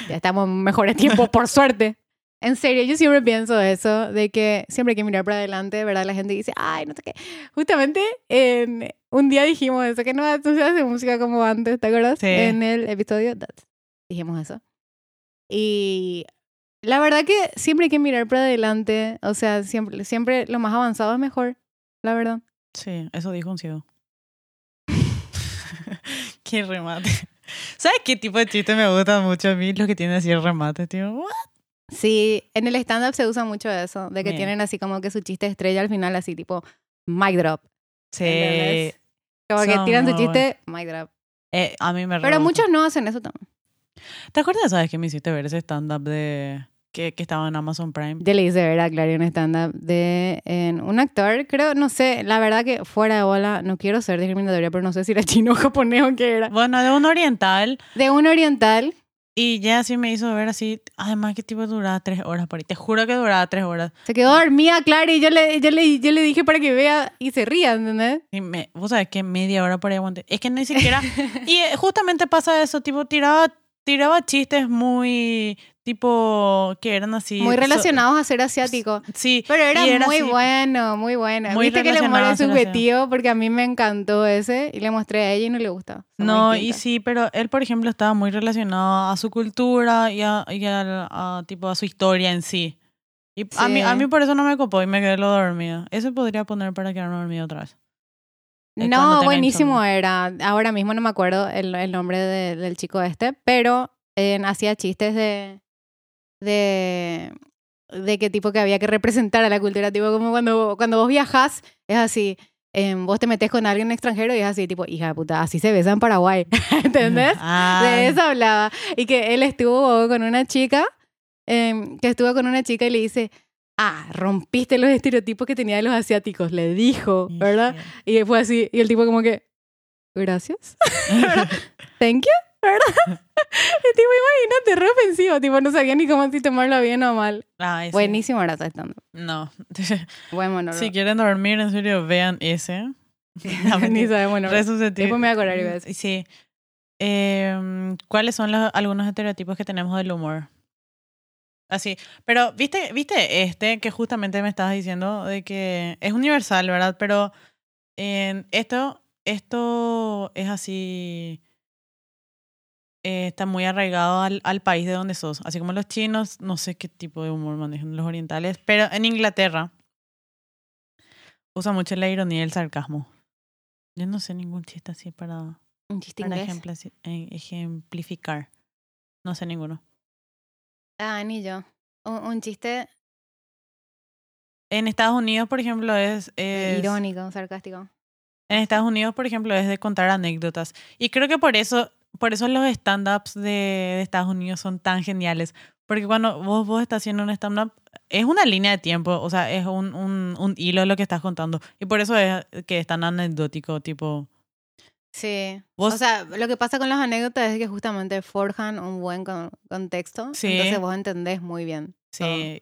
Speaker 1: Ya estamos en mejores tiempos, por suerte. En serio, yo siempre pienso eso, de que siempre hay que mirar para adelante, ¿verdad? La gente dice, ay, no sé qué. Justamente en- un día dijimos eso, que no, no se hace música como antes, ¿te acuerdas?
Speaker 2: Sí.
Speaker 1: En el episodio That. Dijimos eso. Y la verdad que siempre hay que mirar para adelante, o sea, siempre, siempre lo más avanzado es mejor, la verdad.
Speaker 2: Sí, eso dijo un ciego. qué remate. ¿Sabes qué tipo de chiste me gusta mucho a mí? Los que tienen así el remate, tío. What?
Speaker 1: Sí, en el stand-up se usa mucho eso, de que
Speaker 2: Bien.
Speaker 1: tienen así como que su chiste estrella al final, así tipo, mic drop.
Speaker 2: Sí.
Speaker 1: ¿entendés? Eh, Como que
Speaker 2: son
Speaker 1: tiran su
Speaker 2: muy
Speaker 1: chiste, mic drop.
Speaker 2: Eh, a mí me re
Speaker 1: Pero
Speaker 2: gusta.
Speaker 1: muchos no hacen eso también.
Speaker 2: ¿Te acuerdas, sabes, que me hiciste ver ese stand-up de... Que, que estaba en Amazon Prime?
Speaker 1: Yo le hice ver a Clary un stand-up de en un actor, creo, no sé, la verdad que fuera de bola, no quiero ser discriminatoria, pero no sé si era chino o japonés o qué era.
Speaker 2: Bueno, de un oriental.
Speaker 1: De un oriental,
Speaker 2: Y ya así me hizo ver así... Además, que tipo duraba tres horas por ahí. Te juro que duraba tres horas.
Speaker 1: se quedó dormida Clary y yo le, yo, le, yo le dije para que vea y se ría, ¿entendés?
Speaker 2: Y me, vos sabés que media hora por ahí aguanté. Es que ni siquiera... y eh, justamente pasa eso, tipo, tiraba, tiraba chistes muy... Tipo, que eran así...
Speaker 1: Muy
Speaker 2: so-
Speaker 1: relacionados a ser asiático.
Speaker 2: sí.
Speaker 1: Pero era,
Speaker 2: y
Speaker 1: muy
Speaker 2: así-
Speaker 1: bueno, muy bueno.
Speaker 2: muy
Speaker 1: Viste que le
Speaker 2: relacionado
Speaker 1: muere
Speaker 2: a
Speaker 1: es
Speaker 2: ser asiático.
Speaker 1: subjetivo porque a mí me encantó ese y le mostré a ella y no le gustó. Son muy
Speaker 2: No, y
Speaker 1: distintos.
Speaker 2: sí, pero él, por ejemplo, estaba muy relacionado a su cultura y a, y al- a, tipo, a su historia en sí. Y a, mí, a
Speaker 1: Sí.
Speaker 2: mí por eso no me copó y me quedé lo dormido. Eso podría poner para quedarme dormido otra vez. Eh, cuando
Speaker 1: No,
Speaker 2: tenga
Speaker 1: buenísimo
Speaker 2: insomnio.
Speaker 1: era. Ahora mismo no me acuerdo el, el nombre de- del chico este, pero eh, hacía chistes de, de de qué tipo que había que representar a la cultura, tipo como cuando, cuando vos viajás, es así, em, vos te metes con alguien extranjero y es así, tipo, hija de puta, así se besa en Paraguay, ¿entendés?
Speaker 2: Ah,
Speaker 1: De eso hablaba. Y que él estuvo con una chica, em, que estuvo con una chica y le dice, ah, rompiste los estereotipos que tenía de los asiáticos, le dijo,
Speaker 2: y
Speaker 1: ¿verdad?
Speaker 2: sí.
Speaker 1: Y fue así, y el tipo como que, gracias, ¿verdad? Thank you, ¿verdad? El tipo, imagínate, re ofensivo, tipo, no sabía ni cómo si tomarlo bien o mal.
Speaker 2: Ay, sí.
Speaker 1: Buenísimo era stand
Speaker 2: Ah, No.
Speaker 1: Buen monólogo.
Speaker 2: si quieren dormir, en serio, vean ese. No,
Speaker 1: ni
Speaker 2: mentira.
Speaker 1: sabe monólogo.
Speaker 2: Re susceptible.
Speaker 1: Después me voy a acordar y voy a decir.
Speaker 2: Sí. Em, ¿Cuáles son los- algunos estereotipos que tenemos del humor? Así, pero viste, viste este que justamente me estabas diciendo de que es universal, ¿verdad? Pero en esto, esto es así, eh, está muy arraigado al, al país de donde sos. Así como los chinos, no sé qué tipo de humor manejan los orientales, pero en Inglaterra usa mucho la ironía y el sarcasmo. Yo no sé ningún chiste así para,
Speaker 1: Un chiste
Speaker 2: para
Speaker 1: inglés.
Speaker 2: ejemplaci- eh, ejemplificar. No sé ninguno.
Speaker 1: Ah, ni yo. Un, un chiste
Speaker 2: En Estados Unidos, por ejemplo, es... es-
Speaker 1: irónico, sarcástico.
Speaker 2: En Estados Unidos, por ejemplo, es de contar anécdotas. Y creo que por eso, por eso los stand-ups de, de Estados Unidos son tan geniales. Porque cuando vos, vos estás haciendo un stand-up, es una línea de tiempo, o sea, es un, un, un hilo de lo que estás contando. Y por eso es que es tan anecdótico, tipo...
Speaker 1: Sí.
Speaker 2: Vos-
Speaker 1: O sea, lo que pasa con las anécdotas es que justamente forjan un buen con- contexto.
Speaker 2: Sí.
Speaker 1: Entonces vos entendés muy bien.
Speaker 2: Sí,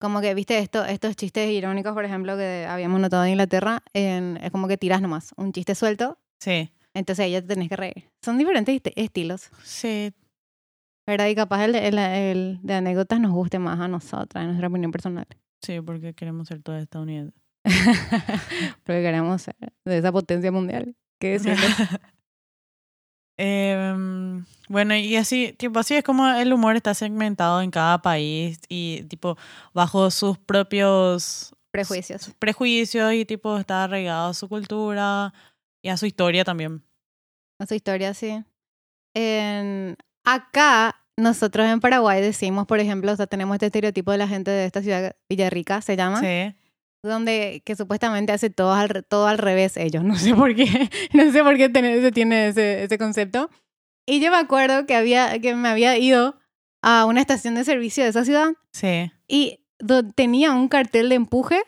Speaker 1: Como que, viste, esto, estos chistes irónicos, por ejemplo, que habíamos notado en Inglaterra, en- es como que tiras nomás un chiste suelto,
Speaker 2: sí,
Speaker 1: entonces ahí ya te tenés que reír. Son diferentes esti- estilos,
Speaker 2: sí.
Speaker 1: ¿verdad? Y capaz el, el- el de anécdotas nos guste más a nosotras, en nuestra opinión personal.
Speaker 2: Sí, porque queremos ser todos estadounidenses.
Speaker 1: Porque queremos ser de esa potencia mundial. ¿Qué decirlo?
Speaker 2: Em, bueno, y así, tipo, así es como el humor está segmentado en cada país y, tipo, bajo sus propios
Speaker 1: Prejuicios.
Speaker 2: prejuicios y, tipo, está arraigado a su cultura y a su historia también.
Speaker 1: A su historia, sí. En- acá, nosotros en Paraguay decimos, por ejemplo, o sea, tenemos este estereotipo de la gente de esta ciudad, Villarrica, se llama.
Speaker 2: Sí.
Speaker 1: donde que supuestamente hace todo al, re- todo al revés ellos. No sé por qué, no sé por qué tener- se tiene ese, ese concepto. Y yo me acuerdo que, había, que me había ido a una estación de servicio de esa ciudad
Speaker 2: Sí.
Speaker 1: y do- tenía un cartel de empuje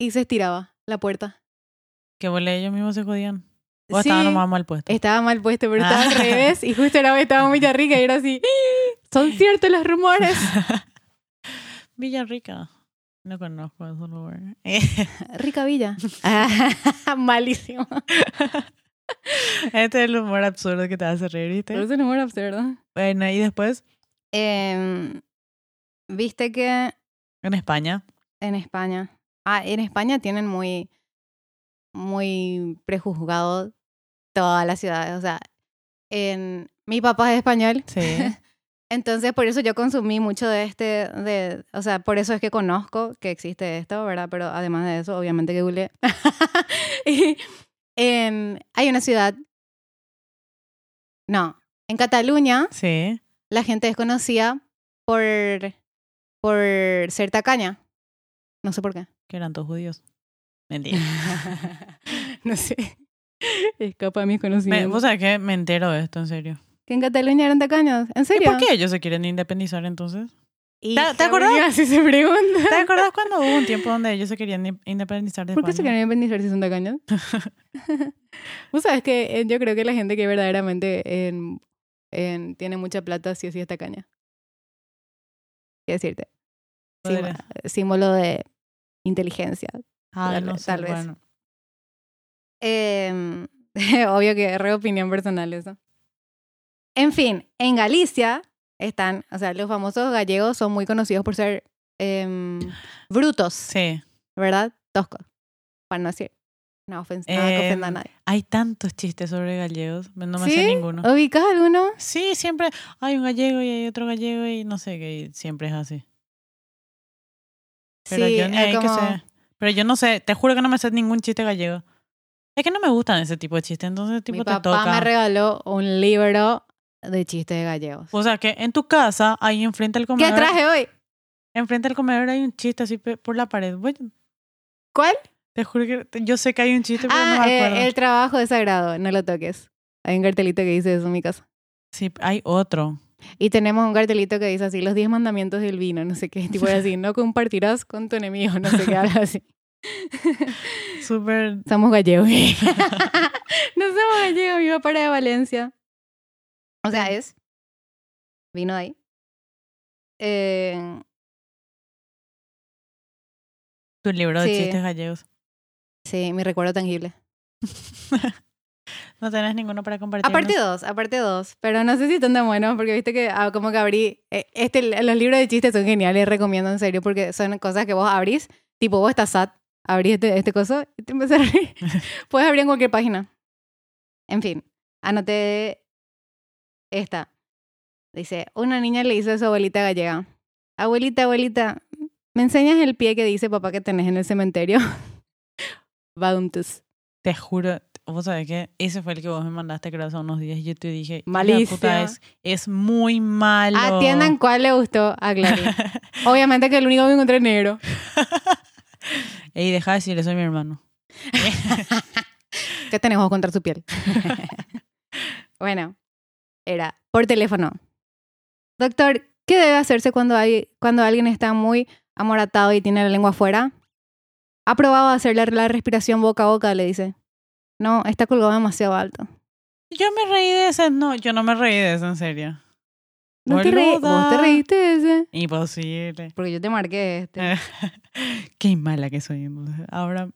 Speaker 1: y se estiraba la puerta.
Speaker 2: Que boludo, ellos mismos se jodían. O
Speaker 1: Sí, Eh.
Speaker 2: estaban nomás mal puestos.
Speaker 1: estaba mal puesto, pero
Speaker 2: Ah.
Speaker 1: estaba al revés y justo era, estaba muy rica y era así. Son ciertos los rumores.
Speaker 2: Villarrica. No conozco ese lugar.
Speaker 1: Rica Villa. Malísimo.
Speaker 2: este es el humor absurdo que te hace reír,
Speaker 1: Pero
Speaker 2: ¿viste?
Speaker 1: ese rumor absurdo.
Speaker 2: Bueno, y después...
Speaker 1: Em, Viste que
Speaker 2: En España.
Speaker 1: en España. Ah, en España tienen muy. Muy prejuzgado todas las ciudades. O sea, en. Mi papá es español.
Speaker 2: Sí.
Speaker 1: Entonces, por eso yo consumí mucho de este, de, o sea, por eso es que conozco que existe esto, ¿verdad? Pero además de eso, obviamente que googleé. Y en- hay una ciudad, no, en Cataluña
Speaker 2: Sí.
Speaker 1: la gente es conocida por, por ser tacaña. No sé por qué.
Speaker 2: Que eran todos judíos. Mentira.
Speaker 1: no sé. Escapa a mis
Speaker 2: Me-
Speaker 1: conocimientos.
Speaker 2: Vos sabés que me entero de esto, en serio.
Speaker 1: Que en Cataluña eran tacaños. ¿En
Speaker 2: ¿Y
Speaker 1: serio?
Speaker 2: por qué ellos se quieren independizar entonces? ¿Te- te
Speaker 1: Hija
Speaker 2: acordás?
Speaker 1: mía, Así se pregunta.
Speaker 2: ¿Te acuerdas cuando hubo un tiempo donde ellos se querían in- independizar de
Speaker 1: ¿Por qué se
Speaker 2: España?
Speaker 1: quieren independizar si son tacaños? Vos sabés que eh, yo creo que la gente que verdaderamente en- en- tiene mucha plata sí o sí es tacaña. ¿Qué decirte? Símbolo,
Speaker 2: Podría.
Speaker 1: símbolo de inteligencia.
Speaker 2: Ah,
Speaker 1: Tal
Speaker 2: no
Speaker 1: vez-
Speaker 2: sé,
Speaker 1: tal vez.
Speaker 2: bueno.
Speaker 1: Em, obvio que es re opinión personal eso. En fin, en Galicia están, o sea, los famosos gallegos son muy conocidos por ser em, brutos,
Speaker 2: Sí.
Speaker 1: ¿verdad? Toscos. Para no decir una ofensa, nada que ofenda a
Speaker 2: Em,
Speaker 1: nadie.
Speaker 2: Hay tantos chistes sobre gallegos. No me
Speaker 1: ¿Sí?
Speaker 2: sé ninguno.
Speaker 1: ¿Ubicás alguno?
Speaker 2: Sí, siempre hay un gallego y hay otro gallego y no sé, que siempre es así. Pero yo ni
Speaker 1: es
Speaker 2: ahí que
Speaker 1: como-
Speaker 2: sé. Pero yo no sé, te juro que no me sé ningún chiste gallego. Es que no me gustan ese tipo de chistes, entonces tipo
Speaker 1: Mi
Speaker 2: te
Speaker 1: papá
Speaker 2: toca.
Speaker 1: me regaló un libro de chistes de gallegos.
Speaker 2: O sea que en tu casa, ahí enfrente al
Speaker 1: ¿Qué
Speaker 2: comedor,
Speaker 1: traje hoy?
Speaker 2: enfrente al comedor hay un chiste así pe- por la pared. Bueno,
Speaker 1: ¿Cuál?
Speaker 2: te juro que te- yo sé que hay un chiste, pero no
Speaker 1: Ah,
Speaker 2: me
Speaker 1: eh,
Speaker 2: acuerdo.
Speaker 1: el trabajo es sagrado, no lo toques. Hay un cartelito que dice eso en mi casa.
Speaker 2: Sí, hay otro.
Speaker 1: Y tenemos un cartelito que dice así, los 10 mandamientos del vino, no sé qué, tipo de así, no compartirás con tu enemigo, no sé qué, algo así.
Speaker 2: Súper.
Speaker 1: Somos gallegos. no somos gallegos, mi papá era de Valencia. O sea, es. Vino de ahí. Eh,
Speaker 2: Tu libro de
Speaker 1: Sí.
Speaker 2: chistes gallegos.
Speaker 1: sí, mi recuerdo tangible.
Speaker 2: No tenés ninguno para compartir.
Speaker 1: Aparte dos, aparte dos. Pero no sé si están tan buenos, porque viste que ah, como que abrí. eh, este, los libros de chistes son geniales, recomiendo en serio, porque son cosas que vos abrís. Tipo, vos estás sad, abrís este, este coso y te empezás a reír. Puedes abrir en cualquier página. En fin, anoté esta. Dice: Una niña le hizo a su abuelita gallega: Abuelita, abuelita, ¿me enseñas el pie que dice papá que tenés en el cementerio? Bauntus.
Speaker 2: Te juro, vos sabés que ese fue el que vos me mandaste, creo, hace unos días. y Yo te dije, "Hija de
Speaker 1: Malísimo.
Speaker 2: es, es muy malo.
Speaker 1: Atiendan cuál le gustó a Clarín. Obviamente que el único que encontré es negro.
Speaker 2: Ey, deja de decirle, soy mi hermano.
Speaker 1: ¿Qué tenés vos contra su piel? bueno, era por teléfono. Doctor, ¿qué debe hacerse cuando, hay, cuando alguien está muy amoratado y tiene la lengua afuera? Ha probado hacer la, la respiración boca a boca, le dice. No, está colgado demasiado alto.
Speaker 2: Yo me reí de ese. No, yo no me reí de ese, en serio.
Speaker 1: ¿No te reí? ¿Vos te
Speaker 2: Boluda.
Speaker 1: reíste de ese?
Speaker 2: Imposible.
Speaker 1: Porque yo te marqué este.
Speaker 2: Qué mala que soy. entonces. Ahora,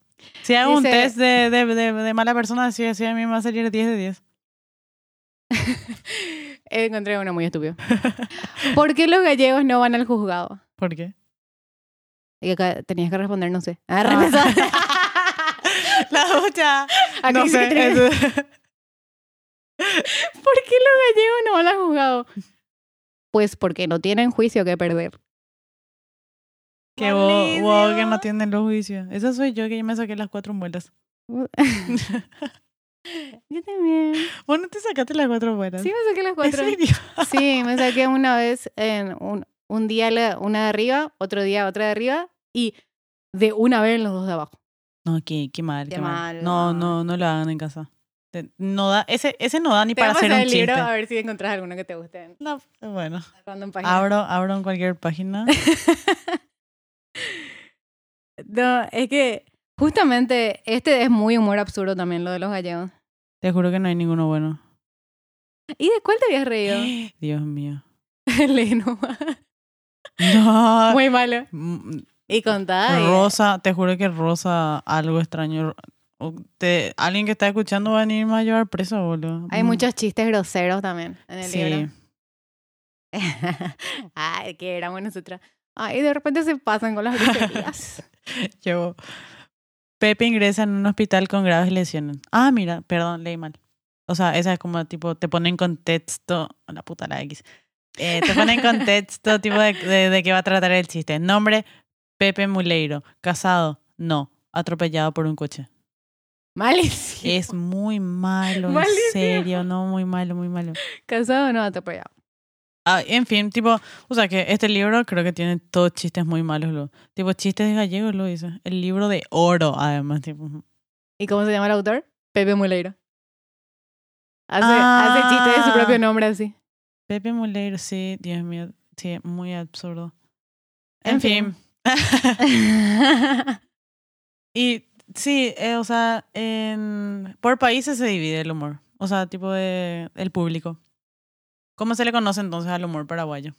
Speaker 2: si hago un
Speaker 1: Dice-
Speaker 2: test de, de, de, de mala persona, sí, sí, a mí me va a salir 10 de 10.
Speaker 1: Eh, Encontré uno muy estúpido. ¿Por qué los gallegos no van al juzgado?
Speaker 2: ¿Por qué?
Speaker 1: Y acá tenías que responder, no sé. Ah,
Speaker 2: Ah.
Speaker 1: empezó.
Speaker 2: La ducha.
Speaker 1: Acá
Speaker 2: No
Speaker 1: dice que
Speaker 2: sé.
Speaker 1: tenés-
Speaker 2: eso-
Speaker 1: ¿Por qué los gallegos no van al juzgado? Pues porque no tienen juicio que perder.
Speaker 2: Que vos, vos que no tienen los juicios. Esa soy yo que ya me saqué las cuatro muelas.
Speaker 1: Yo también.
Speaker 2: Vos no te sacaste las cuatro muelas.
Speaker 1: Sí, me saqué las
Speaker 2: ¿En
Speaker 1: cuatro.
Speaker 2: serio?
Speaker 1: Sí, me saqué una vez en un, un día la- una de arriba, otro día otra de arriba y de una vez los dos de abajo.
Speaker 2: No, qué, qué mal,
Speaker 1: Qué
Speaker 2: qué mal.
Speaker 1: mal,
Speaker 2: No,
Speaker 1: mal.
Speaker 2: no, no lo hagan en casa. Te- No da, ese, ese no da ni
Speaker 1: Te voy
Speaker 2: para
Speaker 1: a
Speaker 2: hacer
Speaker 1: pasar
Speaker 2: un
Speaker 1: el libro
Speaker 2: chiste.
Speaker 1: a ver si encontrás alguno que te guste.
Speaker 2: No, bueno.
Speaker 1: Random página.
Speaker 2: Abro, abro en cualquier página.
Speaker 1: No, es que justamente este es muy humor absurdo también, lo de los gallegos.
Speaker 2: Te juro que no hay ninguno bueno.
Speaker 1: ¿Y de cuál te habías reído?
Speaker 2: Dios mío.
Speaker 1: Leí nomás.
Speaker 2: No.
Speaker 1: Muy malo.
Speaker 2: Mm,
Speaker 1: Ah. Y contá. y-
Speaker 2: Rosa, te juro que Rosa, algo extraño. O te- alguien que está escuchando va a venirme a llevar preso, boludo.
Speaker 1: Hay
Speaker 2: Mm,
Speaker 1: muchos chistes groseros también en el
Speaker 2: Sí.
Speaker 1: libro. Ay, que éramos nosotras. Ay, de repente se pasan con las groserías.
Speaker 2: Yo. Pepe ingresa en un hospital con graves lesiones. Ah, mira, perdón, leí mal. O sea, esa es como tipo, te pone en contexto. La puta la X. Eh, te pone en contexto tipo de, de, de qué va a tratar el chiste. Nombre, Pepe Muleiro. Casado, no. Atropellado por un coche.
Speaker 1: Malísimo.
Speaker 2: Es muy malo,
Speaker 1: Malísimo.
Speaker 2: en serio, no, muy malo, muy malo.
Speaker 1: Casado no atropellado.
Speaker 2: Ah, en fin, tipo, o sea que este libro creo que tiene todos chistes muy malos, lo. Tipo, chistes de gallegos, lo dice. El libro de oro, además, tipo.
Speaker 1: ¿Y cómo se llama el autor? Pepe Muleiro. Hace,
Speaker 2: Ah.
Speaker 1: hace chiste de su propio nombre así.
Speaker 2: Pepe Muleiro, sí, Dios mío, sí, muy absurdo. En,
Speaker 1: En
Speaker 2: fin.
Speaker 1: fin.
Speaker 2: y sí, eh, o sea, en, por países se divide el humor. O sea, tipo de el público. ¿Cómo se le conoce entonces al humor paraguayo?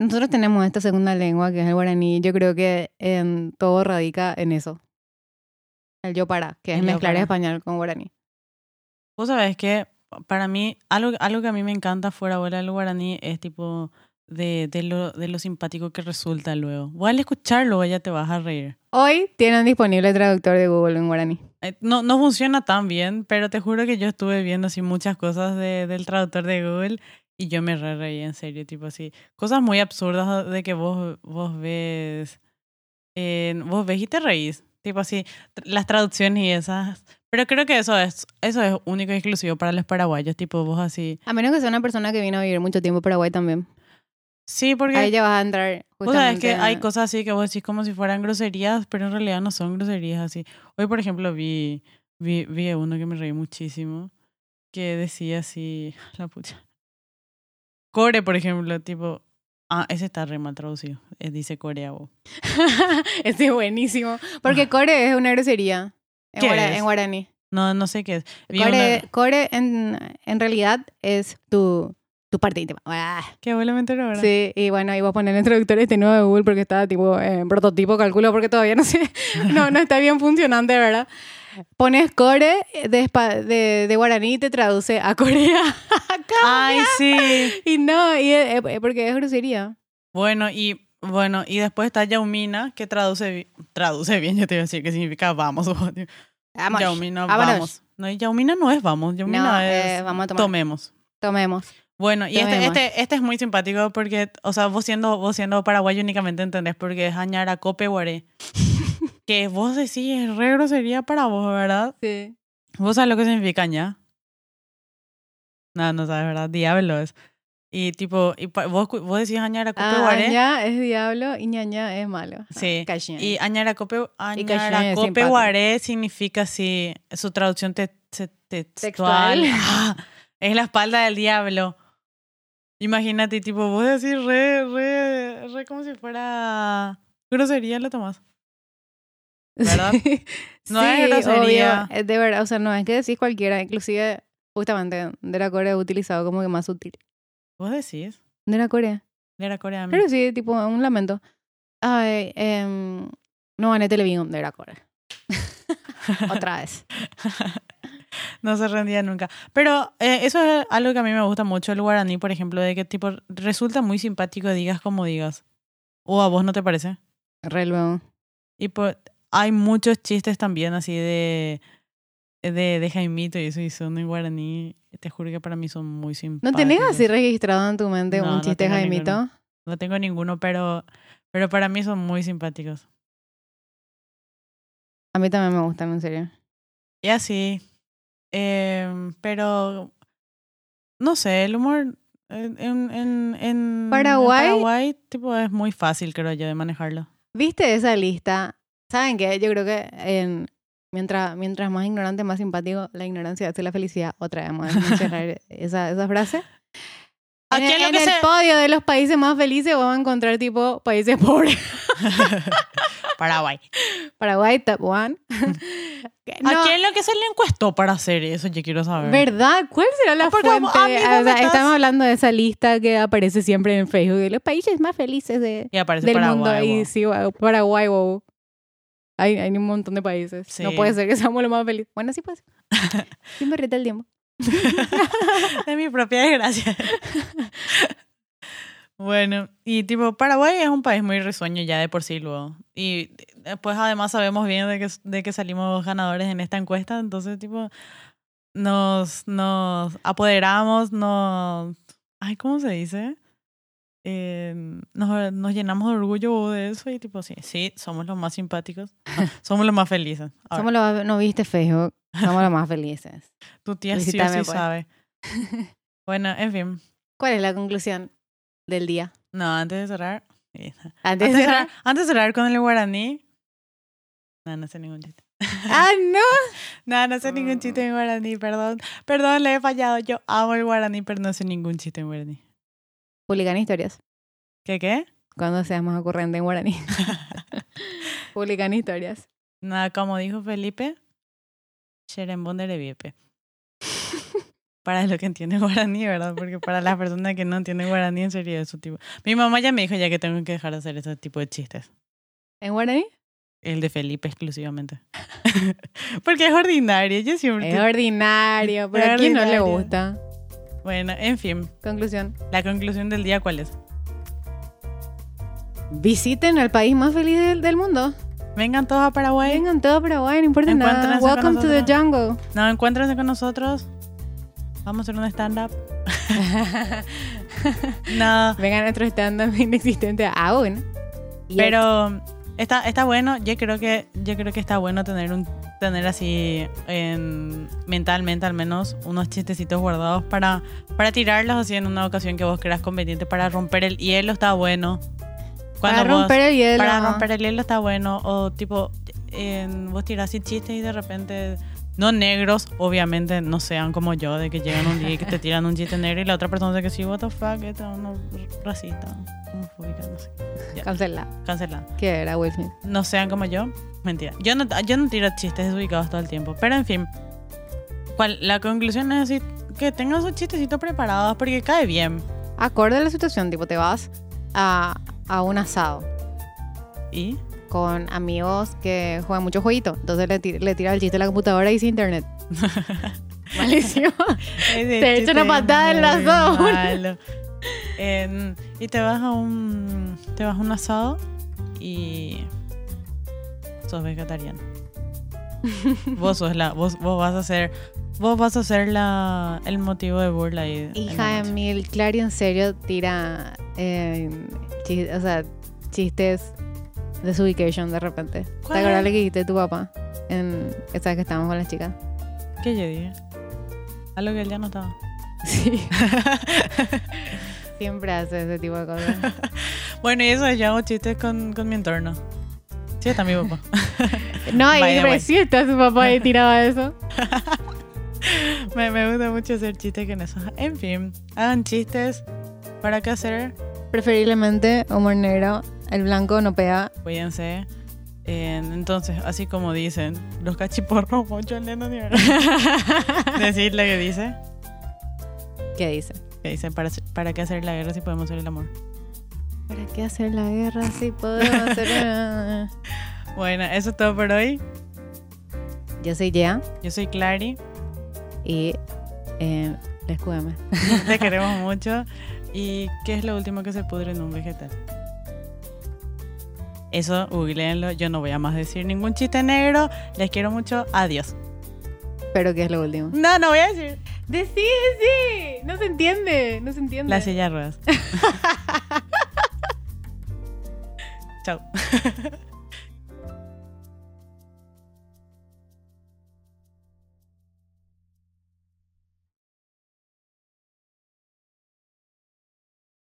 Speaker 1: Nosotros tenemos esta segunda lengua que es el guaraní. Yo creo que en todo radica en eso. El yo para, que es
Speaker 2: El yo
Speaker 1: mezclar
Speaker 2: para.
Speaker 1: español con guaraní.
Speaker 2: Vos sabés que para mí, algo, algo que a mí me encanta fuera bola del guaraní es tipo de, de, lo, de lo simpático que resulta luego. Vos al escucharlo ya te vas a reír.
Speaker 1: Hoy tienen disponible el traductor de Google en guaraní.
Speaker 2: Eh, No, no funciona tan bien, pero te juro que yo estuve viendo así muchas cosas de, del traductor de Google y yo me re reí, en serio, tipo así. Cosas muy absurdas de que vos, vos ves. eh, vos ves y te reís. Tipo así, tr- las traducciones y esas. Pero creo que eso es, eso es único y exclusivo para los paraguayos. Tipo, vos así.
Speaker 1: A menos que sea una persona que vino a vivir mucho tiempo a Paraguay también.
Speaker 2: Sí, porque.
Speaker 1: Ahí ya vas a entrar.
Speaker 2: O sea, es
Speaker 1: justamente
Speaker 2: que hay
Speaker 1: en-
Speaker 2: cosas así que vos decís como si fueran groserías, pero en realidad no son groserías así. Hoy, por ejemplo, vi, vi, vi a uno que me reí muchísimo, que decía así, la puta. Core, por ejemplo, tipo, ah, ese está re mal traducido, eh, dice Corea. vos.
Speaker 1: Este es buenísimo. Porque core es una grosería. En,
Speaker 2: Ah. ¿Qué
Speaker 1: guara-
Speaker 2: es?
Speaker 1: en guaraní.
Speaker 2: No, no sé qué es. Vi
Speaker 1: Core,
Speaker 2: una-
Speaker 1: core en, en realidad es tu, tu parte íntima. Ah,
Speaker 2: Que vuelve a meter ahora.
Speaker 1: sí, y bueno, iba a poner el traductor este nuevo de Google porque está tipo eh, en prototipo, calculo, porque todavía no sé. No, no está bien funcionante, ¿verdad? Pones core de, espa- de, de guaraní y te traduce a Corea.
Speaker 2: Ay, sí.
Speaker 1: y no, y es- es- porque es grosería.
Speaker 2: Bueno, y bueno, y después está Yaumina, que traduce, bi- traduce bien, yo te iba a decir que significa vamos. vos, tipo,
Speaker 1: Vamos.
Speaker 2: Yaumina,
Speaker 1: Vámonos.
Speaker 2: vamos. No, y Yaumina no es vamos, Yaumina
Speaker 1: Ah, No,
Speaker 2: es
Speaker 1: eh, vamos a tomar.
Speaker 2: tomemos.
Speaker 1: Tomemos.
Speaker 2: Bueno, y este,
Speaker 1: Tomemos.
Speaker 2: este, este es muy simpático porque, o sea, vos siendo, vos siendo paraguayo únicamente entendés porque es añara cope guaré. que vos decís es re grosería para vos, ¿verdad?
Speaker 1: Sí.
Speaker 2: ¿Vos sabés lo que significa ña? No, no sabes, ¿verdad? Diablo es. Y tipo, y pa- vos, cu- vos decís añara cope
Speaker 1: Ah,
Speaker 2: guaré.
Speaker 1: ña es diablo y ñaña es malo.
Speaker 2: Sí.
Speaker 1: Ah, cachiña.
Speaker 2: Y añaracope,
Speaker 1: Y que Shania es
Speaker 2: añaracope
Speaker 1: simpático.
Speaker 2: guaré significa así, su traducción te- te- textual.
Speaker 1: Textual.
Speaker 2: Ah, es la espalda del diablo. Imagínate, tipo, vos decís re, re, re como si fuera grosería lo tomás. ¿verdad? No
Speaker 1: sí,
Speaker 2: es grosería.
Speaker 1: obvio. Eh, De verdad, o sea, no es que decís cualquiera, inclusive justamente de la Corea utilizado como que más sutil.
Speaker 2: Vos decís,
Speaker 1: De la Corea.
Speaker 2: de la Corea.
Speaker 1: Pero sí, tipo un lamento. Ay, em, no gané Television de la Corea. Otra vez.
Speaker 2: No se rendía nunca. Pero eh, eso es algo que a mí me gusta mucho el guaraní, por ejemplo, de que tipo resulta muy simpático digas como digas. ¿O a vos no te parece?
Speaker 1: Re luego.
Speaker 2: Y por, hay muchos chistes también así de, de, de Jaimito y eso, y son en guaraní. Te juro que para mí son muy
Speaker 1: ¿No
Speaker 2: simpáticos.
Speaker 1: tenés así registrado en tu mente
Speaker 2: No,
Speaker 1: un
Speaker 2: no
Speaker 1: chiste
Speaker 2: tengo
Speaker 1: Jaimito?
Speaker 2: ninguno. No tengo ninguno, pero, pero para mí son muy simpáticos.
Speaker 1: A mí también me gustan, en serio.
Speaker 2: Y así. em, pero, no sé, el humor en, en, en- en
Speaker 1: Paraguay.
Speaker 2: Paraguay tipo, es muy fácil, creo yo, de manejarlo.
Speaker 1: ¿Viste esa lista? ¿Saben qué? Yo creo que en- mientras, mientras más ignorante, más simpático, la ignorancia hace la felicidad. Otra vez, vamos a mencionar esa, esa frase. En,
Speaker 2: Aquí
Speaker 1: el-
Speaker 2: lo
Speaker 1: en
Speaker 2: que
Speaker 1: el
Speaker 2: se-
Speaker 1: podio de los países más felices vamos a encontrar tipo países pobres.
Speaker 2: Paraguay.
Speaker 1: Paraguay, top one. Que no,
Speaker 2: ¿A quién lo que se le encuestó para hacer eso? Yo quiero saber.
Speaker 1: ¿Verdad? ¿Cuál será la
Speaker 2: Ah, porque a mí
Speaker 1: fuente?
Speaker 2: vos
Speaker 1: Ah, o
Speaker 2: me
Speaker 1: sea,
Speaker 2: estás-
Speaker 1: Estamos hablando de esa lista que aparece siempre en Facebook de los países más felices de,
Speaker 2: Y aparece
Speaker 1: del
Speaker 2: Paraguay.
Speaker 1: mundo. Y
Speaker 2: wow.
Speaker 1: sí, wow, Paraguay, wow. Hay, hay un montón de países. No
Speaker 2: Sí.
Speaker 1: puede ser que seamos los más felices. Bueno, sí puede ser. Siempre reta el tiempo.
Speaker 2: De mi propia desgracia. Bueno, y tipo, Paraguay es un país muy risueño ya de por sí luego. Y después además sabemos bien de que, de que salimos ganadores en esta encuesta, entonces tipo, nos, nos apoderamos, nos... Ay, ¿cómo se dice? Eh, nos, nos llenamos de orgullo de eso y tipo, sí, sí, somos los más simpáticos, Ah, somos los más felices. Ahora,
Speaker 1: Somos los, no viste Facebook, somos los más felices.
Speaker 2: tu tía sí o
Speaker 1: visítame,
Speaker 2: sí
Speaker 1: pues.
Speaker 2: sabe. Bueno, en fin.
Speaker 1: ¿Cuál es la conclusión del día?
Speaker 2: No, antes de cerrar. eh,
Speaker 1: Antes
Speaker 2: Antes
Speaker 1: de
Speaker 2: de cerrar,
Speaker 1: cerrar.
Speaker 2: antes de cerrar con el guaraní. No, no sé ningún chiste.
Speaker 1: ¡Ah, no!
Speaker 2: No, no sé ningún chiste en guaraní, perdón. Perdón, le he fallado. Yo amo el guaraní, pero no sé ningún chiste en guaraní.
Speaker 1: Publican historias.
Speaker 2: ¿Qué qué?
Speaker 1: Cuando seas más ocurrente en guaraní. Publican historias.
Speaker 2: Nada, como dijo Felipe, Sherembón de Reviepe. Para lo que entiende guaraní, ¿verdad? Porque para las personas que no entienden guaraní, en serio, eso tipo. Mi mamá ya me dijo ya que tengo que dejar de hacer ese tipo de chistes.
Speaker 1: ¿En guaraní?
Speaker 2: El de Felipe exclusivamente. Porque es ordinario. Yo siempre.
Speaker 1: Es ordinario, pero a quién no le
Speaker 2: ordinario.
Speaker 1: gusta.
Speaker 2: Bueno, en fin.
Speaker 1: Conclusión.
Speaker 2: La conclusión del día, ¿cuál es?
Speaker 1: Visiten al país más feliz del, del mundo.
Speaker 2: Vengan todos a Paraguay.
Speaker 1: Vengan todo Paraguay, no importa nada.
Speaker 2: Encuéntrense con
Speaker 1: Welcome to the
Speaker 2: nosotros.
Speaker 1: jungle.
Speaker 2: No, encuéntrense con nosotros. Vamos a hacer un stand-up. no,
Speaker 1: Vengan a nuestro stand-up inexistente aún. Y
Speaker 2: pero está, está bueno. Yo creo que yo creo que está bueno tener un tener así en- mentalmente al menos unos chistecitos guardados para para tirarlos así en una ocasión que vos creas conveniente para romper el hielo está bueno.
Speaker 1: Para
Speaker 2: vos-
Speaker 1: romper el hielo.
Speaker 2: Para romper el hielo está bueno. O tipo, en- vos tirás así chistes y de repente. No negros, obviamente, no sean como yo, de que llegan un día y que te tiran un chiste negro y la otra persona dice que sí, what the fuck, esta es una racista, homofóbica, no sé.
Speaker 1: Cancela.
Speaker 2: Cancelada.
Speaker 1: Que era Will Smith.
Speaker 2: No sean como yo. Mentira. Yo no, yo no tiro chistes desubicados todo el tiempo. Pero en fin. cual- la conclusión es así, que tengan sus chistecitos preparados porque cae bien.
Speaker 1: Acorde a la situación, tipo, te vas a, a un asado
Speaker 2: Y
Speaker 1: con amigos que juegan mucho jueguito. Entonces le, ti- le tira el chiste a la computadora y sin internet. Malísimo.
Speaker 2: Ese
Speaker 1: Te echo
Speaker 2: chiste
Speaker 1: una patada en
Speaker 2: es
Speaker 1: las
Speaker 2: muy
Speaker 1: dos.
Speaker 2: malo. En- em, y te vas a un te vas a un asado y sos vegetariano. vos sos la vos, vos vas a ser vos vas a ser la el motivo de burla ahí en la
Speaker 1: Hija de
Speaker 2: noche.
Speaker 1: mil, Clary en serio tira eh, chi- o sea, chistes de su vacation de repente. ¿Te
Speaker 2: ¿Cuál
Speaker 1: acordás
Speaker 2: es?
Speaker 1: lo que dijiste de tu papá? En esa vez que estábamos con las chicas.
Speaker 2: ¿Qué yo dije? Algo que él ya no estaba.
Speaker 1: Sí. Siempre hace ese tipo de cosas.
Speaker 2: Bueno, y eso yo hago chistes con, con mi entorno. Sí, está mi papá.
Speaker 1: No,
Speaker 2: By the
Speaker 1: y
Speaker 2: way.
Speaker 1: recién está su papá y tiraba eso.
Speaker 2: Me, me gusta mucho hacer chistes con eso. En fin, hagan chistes. ¿Para qué hacer?
Speaker 1: Preferiblemente humor negro. El blanco no pega.
Speaker 2: Cuídense. Eh, entonces, así como dicen, los cachiporros, John Lennon y Decir lo que dice.
Speaker 1: ¿Qué dice?
Speaker 2: Que dicen, ¿para, ¿para qué hacer la guerra si podemos hacer el amor?
Speaker 1: ¿Para qué hacer la guerra si podemos hacer una-
Speaker 2: Bueno, eso es todo por hoy.
Speaker 1: Yo soy Yea
Speaker 2: Yo soy Clary.
Speaker 1: y eh, les cuídame.
Speaker 2: Te queremos mucho. ¿Y qué es lo último que se pudre en un vegetal? Eso, googleenlo. Yo no voy a más decir ningún chiste negro. Les quiero mucho. Adiós.
Speaker 1: Pero que es lo último.
Speaker 2: No, no voy a decir.
Speaker 1: Decí, decí. No se entiende, no se entiende.
Speaker 2: La silla de ruedas. Chao.